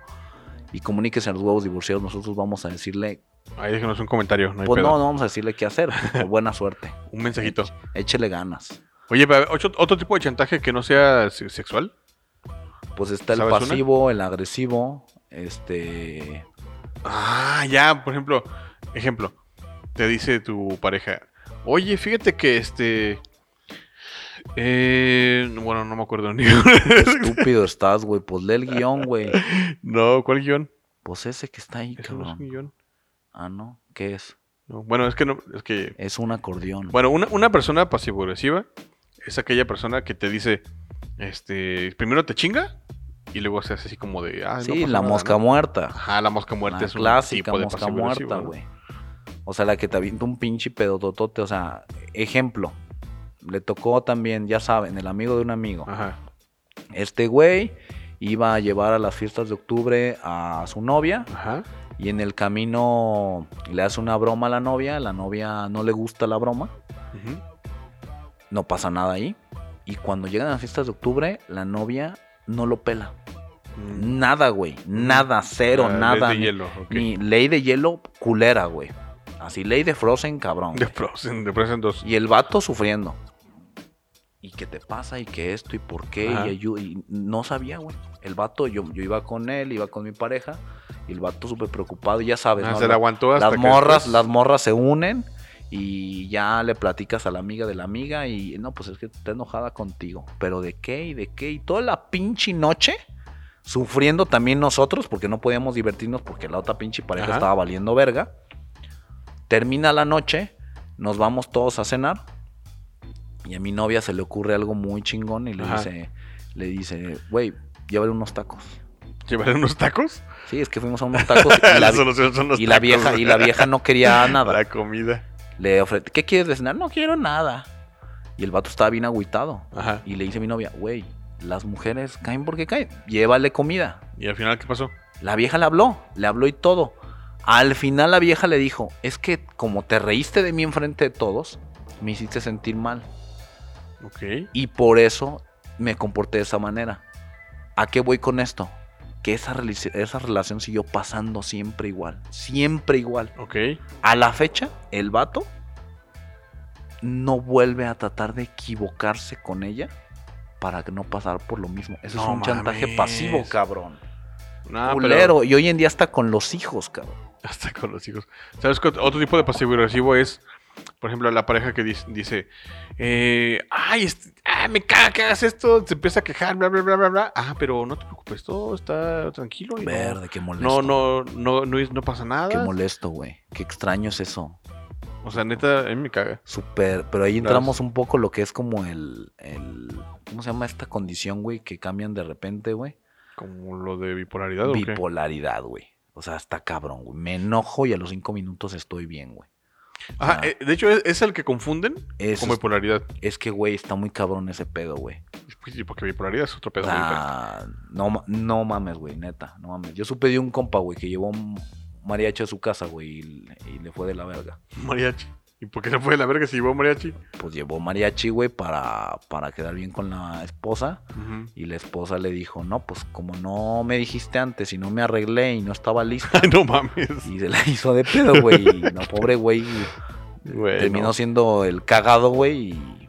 y comuníquese a los huevos divorciados. Nosotros vamos a decirle.
Ahí déjenos un comentario. No hay
pues
pedo.
no, no vamos a decirle qué hacer. pero buena suerte.
Un mensajito.
Échele ganas.
Oye, pero otro, otro tipo de chantaje que no sea se- sexual.
Pues está el
¿Sabes una?
pasivo, el agresivo. Este.
Ah, ya. Por ejemplo, ejemplo. Te dice tu pareja. Oye, fíjate que este. Eh, bueno, no me acuerdo ni. (laughs)
Estúpido estás, güey. Pues lee el guión, güey.
no, ¿cuál guión?
Pues ese que está ahí,
Eso no es un
cabrón.
guión.
Ah, no. ¿Qué es?
No, bueno, es que no. Es que
Es un acordeón.
Bueno, una, una persona pasivo-agresiva es aquella persona que te dice, este, primero te chinga y luego se hace así como de, ah, no
sí,
pasó
la
nada,
mosca
¿no?
muerta.
Ajá, la mosca muerta
La
es un
clásica
tipo de
mosca
pasivo-agresivo,
muerta,
¿no?
güey. O sea, la que te avienta un pinche pedototote. O sea, ejemplo. Le tocó también, ya saben, el amigo de un amigo.
Ajá.
Este güey iba a llevar a las fiestas de octubre a su novia
Ajá.
Y en el camino le hace una broma a la novia, la novia no le gusta la broma,
Ujú.
no pasa nada ahí. Y cuando llegan a las fiestas de octubre, la novia no lo pela.
Mm.
Nada, güey. Nada, cero,
Ah,
nada.
ley
ni-
de hielo, ok.
Ni ley de hielo culera, güey. Así, ley de Frozen, cabrón.
(laughs) De Frozen, de Frozen 2.
Y el vato sufriendo. ¿Y qué te pasa? ¿Y qué esto? ¿Y por qué?
Ajá.
Y, ayu- y no sabía, güey. El vato, yo, yo iba con él, iba con mi pareja. Y el vato súper preocupado, y ya sabes.
Ah,
¿no?
se la
Las-
aguantó hasta
las
que
morras,
después-
las morras se unen. Y ya le platicas a la amiga de la amiga. Y no, pues es que está enojada contigo. ¿Pero de qué? ¿Y de qué? Y toda la pinche noche. Sufriendo también nosotros, porque no podíamos divertirnos, porque la otra pinche pareja
Ajá.
estaba valiendo verga. Termina la noche, nos vamos todos a cenar. Y a mi novia se le ocurre algo muy chingón y le
Ajá.
dice, le dice, güey, llévale unos tacos.
¿Llevaron unos tacos?
Sí, es que fuimos a unos tacos (laughs) y la,
(laughs) La solución son los
y la
tacos,
vieja, y la vieja no quería nada.
(laughs) La comida.
Le ofrece, ¿qué quieres de cenar? No quiero nada. Y el vato estaba bien agüitado.
Ajá.
Y le dice a mi novia, güey, las mujeres caen porque caen. Llévale comida.
¿Y al final qué pasó?
La vieja le habló, le habló y todo. Al final la vieja le dijo, es que como te reíste de mí enfrente de todos, me hiciste sentir mal.
Ok.
Y por eso me comporté de esa manera. ¿A qué voy con esto? Que esa, relici- esa relación siguió pasando siempre igual. Siempre igual.
Ok.
A la fecha, el vato no vuelve a tratar de equivocarse con ella para que no pasar por lo mismo. Eso es
No
un chantaje
mames.
pasivo, cabrón.
Nah, pero
Culero. Y hoy en día está con los hijos, cabrón.
hasta con los hijos. ¿Sabes qué? Otro tipo de pasivo y agresivo es, por ejemplo, la pareja que dice, dice, eh, ay, este- ah, me caga que hagas esto, se empieza a quejar, bla, bla, bla, bla, bla. Ah, pero no te preocupes, todo está tranquilo. y no-
Verde, qué molesto.
No, no, no, no, es- no pasa
Qué
nada.
molesto, güey. Qué extraño es eso.
O sea, neta, a mí me caga.
Súper. Pero ahí
Claro.
entramos un poco lo que es como el, el- ¿Cómo se llama esta condición, güey? Que cambian de repente, güey.
Como lo de bipolaridad o qué?
Bipolaridad, güey. O sea, está cabrón, güey. Me enojo y a los cinco minutos estoy bien, güey.
Ajá, eh, de hecho, es, es el que confunden
Ah. Eso
con
es-
bipolaridad.
Es que, güey, está muy cabrón ese pedo, güey.
Sí, Porque bipolaridad es otro
O
pedo. muy diferente.
sea, no, ma- no mames, güey, neta, no mames. Yo supe de un compa, güey, que llevó un mariachi a su casa, güey, y, le- y le fue de la verga.
Mariachi. ¿Y por qué se fue de la verga si llevó mariachi?
Pues llevó mariachi, güey, para, para quedar bien con la esposa. Y la esposa le dijo, no, pues como no me dijiste antes y no me arreglé y no estaba lista.
(laughs) Ay, no mames.
y se la hizo de pedo, güey. y No, pobre güey.
Güey,
Terminó
no.
siendo el cagado, güey, y-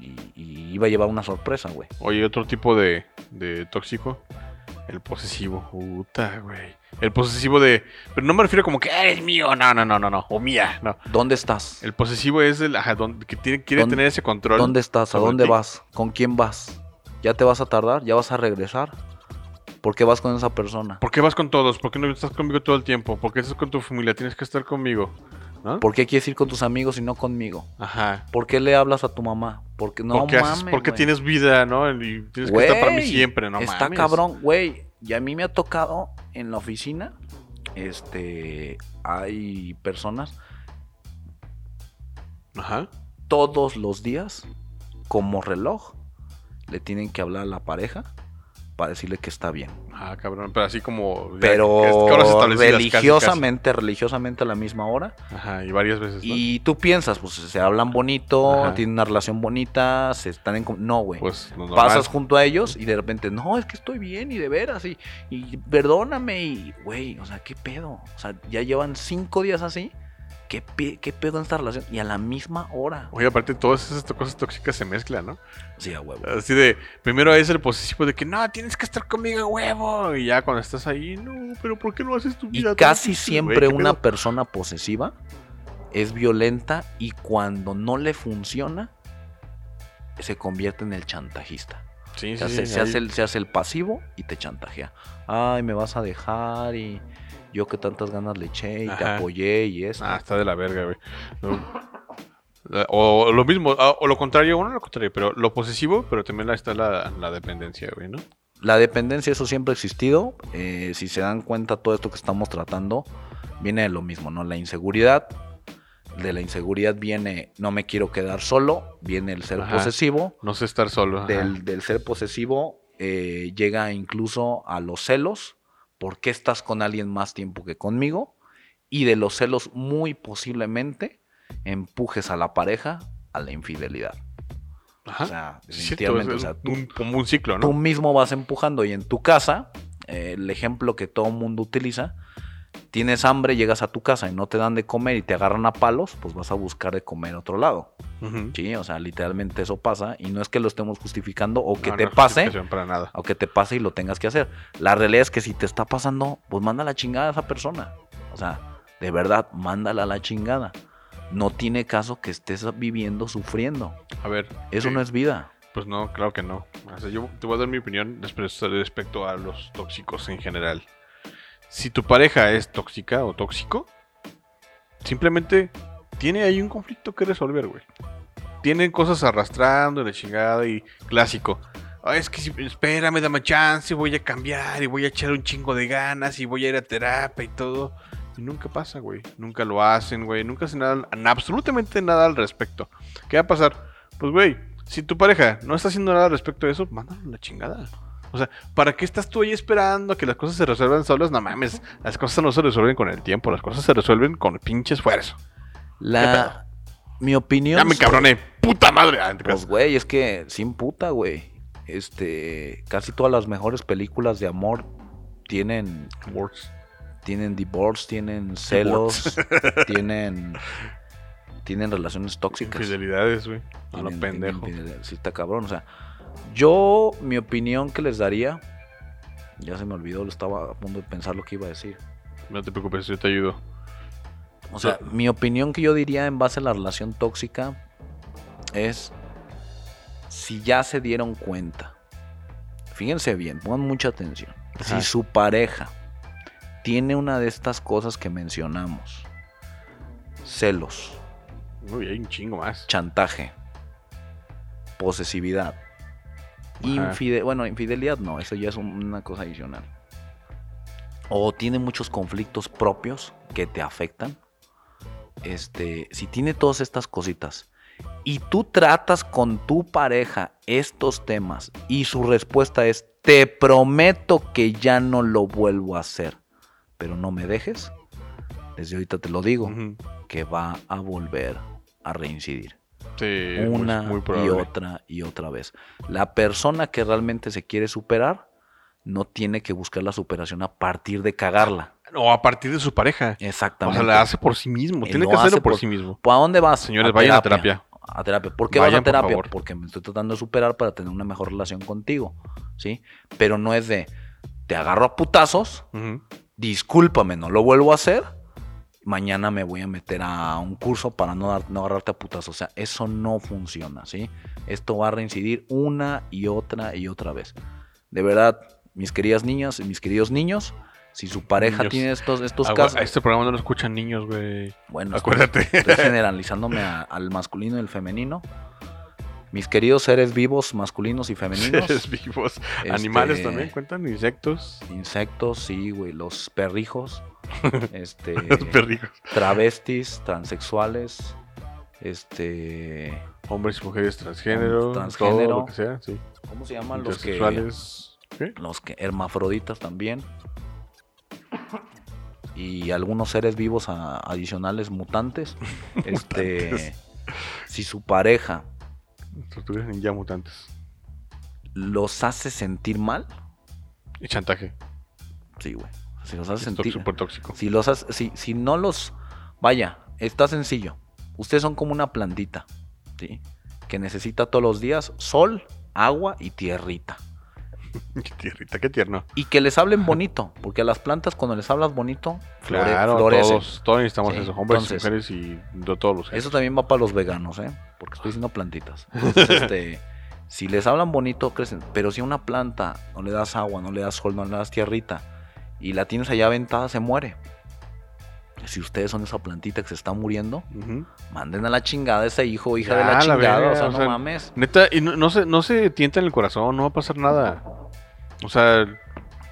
y- y iba a llevar una sorpresa, güey.
Oye, otro tipo de, de tóxico. El posesivo. Puta, güey. El posesivo de. Pero no me refiero como que "Ah, eres mío. No, no, no, no, no. O mía. No.
¿Dónde estás?
El posesivo es el ajá, don- que tiene, quiere
¿Dónde-
tener ese control.
¿Dónde estás? ¿A
sobre
dónde
ti.
vas? ¿Con quién vas? ¿Ya te vas a tardar? ¿Ya vas a regresar? ¿Por qué vas con esa persona?
¿Por qué vas con todos? ¿Por qué no estás conmigo todo el tiempo? ¿Por qué estás con tu familia? Tienes que estar conmigo. ¿No?
¿Por qué quieres ir con tus amigos y no conmigo?
Ajá.
¿Por qué le hablas a tu mamá? Porque no
¿Por qué, haces-
mames.
por qué
güey.
tienes vida, no? Y tienes que estar para mí
Güey,
siempre, no
Está
mames.
cabrón, güey. Y a mí me ha tocado en la oficina. Este. Hay personas
Ajá.
todos los días, como reloj, le tienen que hablar a la pareja para decirle que está bien.
Ah, cabrón. Pero así como. Pues ya que- que horas
pero
establecidas casi, casi.
religiosamente, religiosamente a la misma hora.
Ajá, y varias veces. ¿no?
Y tú piensas, pues se hablan bonito,
Ajá.
tienen una relación bonita, se están en... com- No, güey.
Pues no, normal.
Pasas junto a ellos y de repente, no, es que estoy bien y de veras, y, y perdóname, y, güey, o sea, ¿qué pedo? O sea, ya llevan cinco días así, ¿qué, pe- qué pedo en esta relación? Y a la misma hora.
Oye, aparte, todas esas to- cosas tóxicas se mezclan, ¿no?
Sí, a huevo.
Así de, primero es el posesivo de que no, tienes que estar conmigo, huevo. Y ya cuando estás ahí, no, pero ¿por qué no haces tu
Y
vida?
casi
Güey,
siempre
¿qué
una
pedo?
persona posesiva es violenta y cuando no le funciona, se convierte en el chantajista.
Sí, sí,
Se hace,
sí,
se
ahí.
hace el, se hace el pasivo y te chantajea. Ay, me vas a dejar y yo que tantas ganas le eché y te
Ajá.
apoyé y eso.
Ah, está de la verga, güey. No. O lo mismo, ah, o lo contrario, uno lo contrario, pero lo posesivo, pero también la- está la, la dependencia, güey, ¿no?
La dependencia, eso siempre ha existido. Eh, si se dan cuenta, todo esto que estamos tratando viene de lo mismo, ¿no? La inseguridad. De la inseguridad viene no me quiero quedar solo, viene el ser
Ajá.
posesivo.
No sé estar solo. ajá.
Del, del ser posesivo eh, llega incluso a los celos por qué estás con alguien más tiempo que conmigo y de los celos muy posiblemente empujes a la pareja a la infidelidad.
Ajá.
O sea,
Sí, es cierto, es
definitivamente, o sea, tú,
un, como un ciclo,
tú
¿no?
mismo vas empujando y en tu casa, eh, el ejemplo que todo mundo utiliza, tienes hambre, llegas a tu casa y no te dan de comer y te agarran a palos, pues vas a buscar de comer a otro lado.
Ujú.
Sí, o sea, literalmente eso pasa y no es que lo estemos justificando o que
No,
te
no es
pase,
justificación para nada.
o que te pase y lo tengas que hacer. La realidad es que si te está pasando, pues manda la chingada a esa persona. O sea, de verdad, mándala a la chingada. No tiene caso que estés viviendo sufriendo.
A ver.
Eso
sí,
no es vida.
Pues no, claro que no. O sea, yo te voy a dar mi opinión respecto respecto a los tóxicos en general. Si tu pareja es tóxica o tóxico, simplemente tiene ahí un conflicto que resolver, güey. Tienen cosas arrastrando y la chingada y clásico. "Ay, es que si, espérame, dame chance, voy a cambiar y voy a echar un chingo de ganas y voy a ir a terapia y todo. Y nunca pasa, güey. Nunca lo hacen, güey. Nunca hacen nada, absolutamente nada al respecto. ¿Qué va a pasar? Pues, güey, si tu pareja no está haciendo nada al respecto de eso, mándalo a la chingada. O sea, ¿para qué estás tú ahí esperando a que las cosas se resuelvan solas? No mames, las cosas no se resuelven con el tiempo, las cosas se resuelven con pinche esfuerzo.
La, mi opinión.
Ya me cabroné, puta madre. Ah, te
Pues,
creas.
güey, es que sin puta, güey. Este, casi todas las mejores películas de amor tienen, tienen divorce, tienen celos, tienen, tienen relaciones tóxicas.
Infidelidades, güey. A lo
Tienen-
pendejo.
tienen infidelidad. Sí, está cabrón. O sea, yo, mi opinión que les daría. Ya se me olvidó, lo estaba a punto de pensar lo que iba a decir.
No te preocupes, yo te ayudo.
O sea, mi opinión que yo diría en base a la relación tóxica es si ya se dieron cuenta. Fíjense bien, pongan mucha atención.
Ajá.
Si su pareja tiene una de estas cosas que mencionamos, celos,
Uy, hay un chingo más.
chantaje, posesividad, infide- bueno, infidelidad no, eso ya es un- una cosa adicional. O tiene muchos conflictos propios que te afectan. Este, si tiene todas estas cositas y tú tratas con tu pareja estos temas y su respuesta es te prometo que ya no lo vuelvo a hacer, pero no me dejes. Desde ahorita te lo digo,
Ujú.
que va a volver a reincidir
Sí, muy-
una
muy
y
probable.
otra y otra vez. La persona que realmente se quiere superar no tiene que buscar la superación a partir de cagarla.
O a partir de su pareja. O
Exactamente.
sea, la hace por sí mismo.
Él
Tiene
lo
que hacerlo
hace
por,
por-
sí mismo.
¿A dónde vas?
Señores, vayan a terapia.
A terapia. ¿Por qué vas
Vayan,
a
por
terapia?
favor.
Porque me estoy tratando de superar para tener una mejor relación contigo, ¿sí? Pero no es de te agarro a putazos,
Ujú.
discúlpame, no lo vuelvo a hacer. Mañana me voy a meter a un curso para no, dar- no agarrarte a putas. O sea, eso no funciona, ¿sí? Esto va a reincidir una y otra y otra vez. De verdad, mis queridas niñas y mis queridos niños, si su pareja
Niños.
tiene estos, estos
Ah, güey,
casos,
A este programa no lo escuchan niños, güey.
bueno, estoy- (laughs)
Acuérdate.
estoy generalizándome a- al masculino y al femenino. Mis queridos seres vivos, masculinos y
(laughs)
femeninos.
Seres vivos.
este,
Animales también cuentan, insectos.
Insectos, sí, güey. Los
(laughs)
perrijos. este,
Los perrijos.
travestis, transexuales, este,
Hombres y mujeres transgénero.
Transgénero.
Todo lo que sea, sí.
¿cómo se llaman los que
Intersexuales. ¿Qué?
los que hermafroditas también? Y algunos seres vivos a- adicionales
(laughs)
mutantes. Este, si su pareja
Tortugas ninja mutantes.
los hace sentir mal,
Y chantaje.
sí, güey. Si los hace
Es
sentir
súper tóxico.
Si los has- si, si no los. Vaya, está sencillo. Ustedes son como una plantita, ¿sí? Que necesita todos los días sol, agua y tierrita.
(laughs) Qué tierrita, qué tierno.
Y que les hablen bonito, porque a las plantas cuando les hablas bonito, flore-
Claro,
florecen.
todos, todos necesitamos
Sí,
eso. Hombres
entonces-
y mujeres y de todos los
Eso
géneros.
también va para los veganos, ¿eh? Porque estoy diciendo plantitas.
(laughs)
Entonces, este, si les hablan bonito, crecen. Pero si a una planta no le das agua, no le das sol, no le das tierrita y la tienes allá aventada, se muere. Si ustedes son esa plantita que se está muriendo,
Ujú.
manden a la chingada a ese hijo, hija
Ya,
de la
la
chingada,
verga,
o sea,
o
no
sea,
mames.
Neta, y no, no se, no se tienta en el corazón, no va a pasar nada. O sea,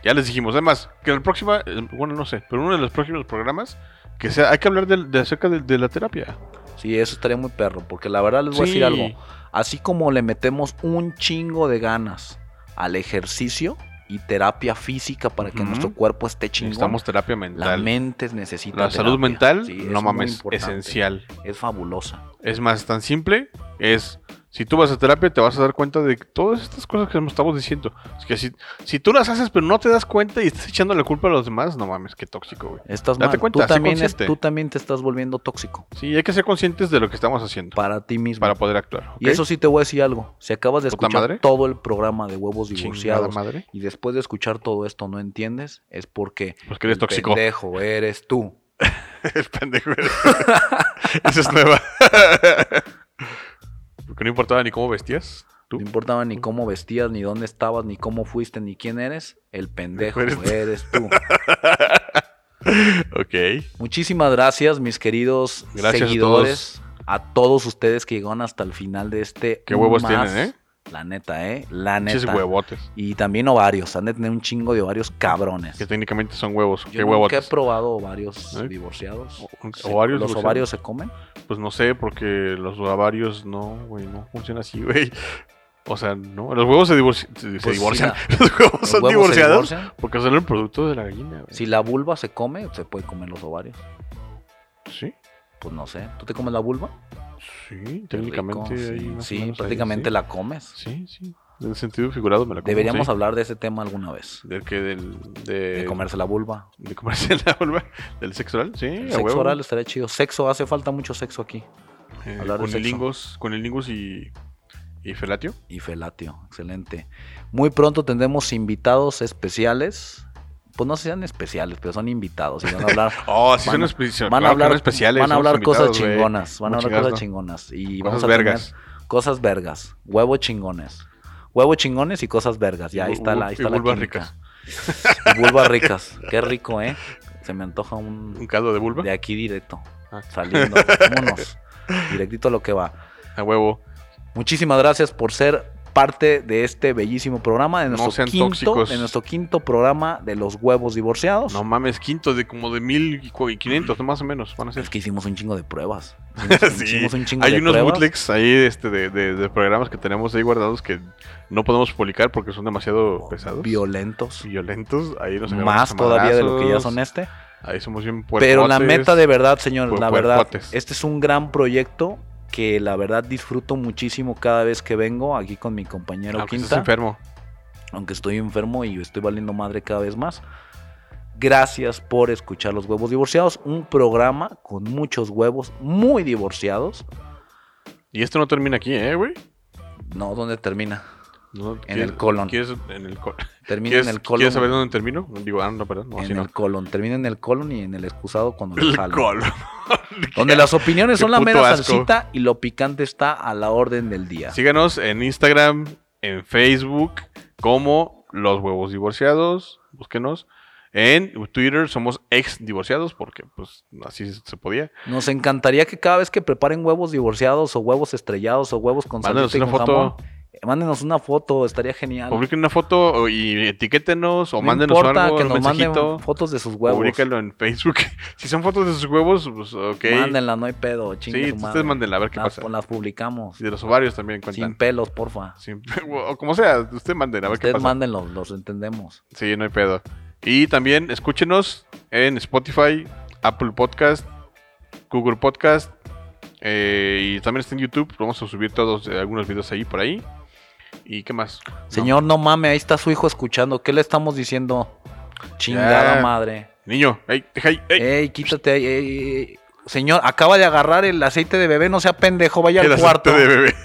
ya les dijimos. Además, que el próximo, eh, bueno, no sé, pero uno de los próximos programas, que sea, hay que hablar del- de, acerca de, de la terapia.
Sí, eso estaría muy perro, porque la verdad les voy
Sí.
a decir algo. Así como le metemos un chingo de ganas al ejercicio y terapia física para que
Ujú.
nuestro cuerpo esté chingón.
Necesitamos terapia
la
mental. La,
mente necesita
salud
terapia.
mental,
Sí, es
no
muy
mames,
importante.
esencial.
Es fabulosa.
Es más, tan simple es, si tú vas a terapia te vas a dar cuenta de que todas estas cosas que nos estamos diciendo. Es que si, si tú las haces pero no te das cuenta y estás echando la culpa a los demás, no mames, qué tóxico, güey.
Estás
Date
mal.
cuenta,
tú,
sé
también es-
consciente.
tú también te estás volviendo tóxico
Sí, hay que ser conscientes de lo que estamos haciendo
para ti mismo.
para poder actuar.
Y eso sí te voy a decir algo. Si acabas de
¿Puta
escuchar
madre?
todo el programa de huevos
Chingada
divorciados
madre.
y después de escuchar todo esto no entiendes, es porque
Pues que eres
el
tóxico.
pendejo eres tú.
(laughs) El pendejo.
(laughs)
Esa es nueva. (laughs) Porque no importaba ni cómo vestías. Tú.
No importaba ni cómo vestías, ni dónde estabas, ni cómo fuiste, ni quién eres. El pendejo
Eres
eres
tú.
tú.
Ok.
Muchísimas gracias, mis queridos
Gracias a
seguidores. A todos ustedes que llegaron hasta el final de este.
Qué huevos
más.
tienen, ¿eh?
La neta, ¿eh? La
Pinches
neta.
huevotes.
Y también ovarios. Han de tener un chingo de ovarios cabrones.
Que técnicamente son huevos. Qué
Yo nunca he
huevotes.
probado ovarios
¿Eh?
divorciados.
¿Ovarios
Se- ¿Los
divorciados?
ovarios se comen?
Pues no sé, porque los ovarios no, güey, no funciona así, güey. O sea, no. Los huevos se, divorci- se- se
Pues sí,
divorcian. (laughs)
la-
los huevos
¿Los
son
huevos se
divorciados
divorcian?
porque son el producto de la gallina, güey.
Si la vulva se come, se puede comer los ovarios.
Sí,
Pues no sé. ¿Tú te comes la vulva?
sí,
Qué
técnicamente.
rico,
ahí
sí,
más o
sí,
menos ahí,
prácticamente
sí.
la comes.
Sí, sí. En el sentido figurado me la como,
Deberíamos
sí.
hablar de ese tema alguna vez.
Del que del. De,
De comerse la vulva.
De (laughs) comerse la vulva. Del sexo oral, sí.
El
a
sexo
huevo.
oral estaría chido. Sexo, hace falta mucho sexo aquí.
Eh,
hablar de
con el
sexo.
lingus, con el lingus y. Y felatio.
Y felatio, excelente. Muy pronto tendremos invitados especiales. Pues no sean especiales, pero son invitados. Y van a
(laughs)
hablar,
Oh, sí,
Van-
son, espe- claro
van
que
a hablar,
son especiales.
van a
son
hablar cosas
invitados, güey.
chingonas. Van a
¿Cómo
hablar cosas
chingados, no?
chingonas. Y
Cosas
vamos a
vergas.
tener cosas vergas. Huevos chingones. Huevos chingones y cosas vergas. Ya ahí
Y
está la, ahí
vul-
está
y
la
vulvas
química. Y vulvas ricas. Qué rico, ¿eh? Se me antoja un,
Un caldo de vulva.
De aquí directo.
Ah.
Saliendo. Vámonos. Directito a lo que va.
A huevo.
Muchísimas gracias por ser parte de este bellísimo programa. De
No
nuestro,
sean
quinto,
tóxicos.
de nuestro quinto programa de los huevos divorciados.
No mames, quinto de como de 1500, no más o menos. Van a ser.
Es que hicimos un chingo de
(laughs)
pruebas. Hicimos,
Sí,
hicimos un chingo
Hay
de
unos
pruebas.
bootlegs ahí este, de, de- de programas que tenemos ahí guardados que no podemos publicar porque son demasiado pesados.
Violentos.
violentos. Ahí nos agarramos
Oh, Más
a
todavía de lo que ya son
madrazos,
este.
Ahí somos bien
Pero la
puercotes.
meta de verdad, señores, la verdad,
puercotes.
este es un gran proyecto que la verdad disfruto muchísimo cada vez que vengo aquí con mi compañero
Aunque estés
Quinta.
enfermo.
aunque estoy enfermo y estoy valiendo madre cada vez más. Gracias por escuchar Los Huevos Divorciados, un programa con muchos huevos muy divorciados.
Y esto no termina aquí, ¿eh, güey?
No, ¿dónde termina?
No,
En el colon.
¿Quieres, en el col-
Termina
¿Quieres,
en el colon.
¿Quieres saber dónde termino? Digo, ah, no, perdón. No,
en
así no.
el colon. Termina en el colon y en el excusado cuando lo
(laughs) El
jalo.
colon.
(laughs) Donde las opiniones
Qué
son la
puto
mera
asco.
salsita y lo picante está a la orden del día.
(laughs) Síganos en Instagram, en Facebook, como Los Huevos Divorciados. Búsquenos. En Twitter somos ex divorciados porque pues así se podía.
Nos encantaría que cada vez que preparen huevos divorciados o huevos estrellados o huevos con
Mándenos
salsita y
una
con
foto,
jamón, eh, mándenos una foto, estaría genial.
publiquen una foto o- y etiquétenos o
no
mándenos
importa
algo,
que
un
nos
mensajito.
manden fotos de sus huevos.
Publíquenlo en Facebook. (laughs) si son fotos de sus huevos, pues ok.
Mándenla, no hay pedo,
sí,
chingue su madre. Ah,
ustedes mándenla a ver qué
las,
pasa.
las publicamos.
Y de los ovarios también
Sin
cuentan.
pelos, porfa.
Sin- (laughs) o como sea, ustedes manden a ver qué
Ustedes
pasa.
mándenlos, los entendemos.
Sí, no hay pedo. Y también escúchenos en Spotify, Apple Podcast, Google Podcast. eh, y también está en YouTube. Vamos a subir todos eh, algunos videos ahí por ahí. ¿Y qué más? No.
Señor, no mames, ahí está su hijo escuchando. ¿Qué le estamos diciendo? Chingada
Ya.
madre.
Niño, ey, deja ahí, ey.
Ey, quítate ahí. ey, ey, ey. Señor, acaba de agarrar el aceite de bebé, no sea pendejo, vaya
el
al
aceite
cuarto.
de bebé. (laughs)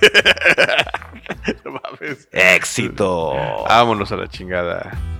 No mames.
Éxito.
Vámonos a la chingada.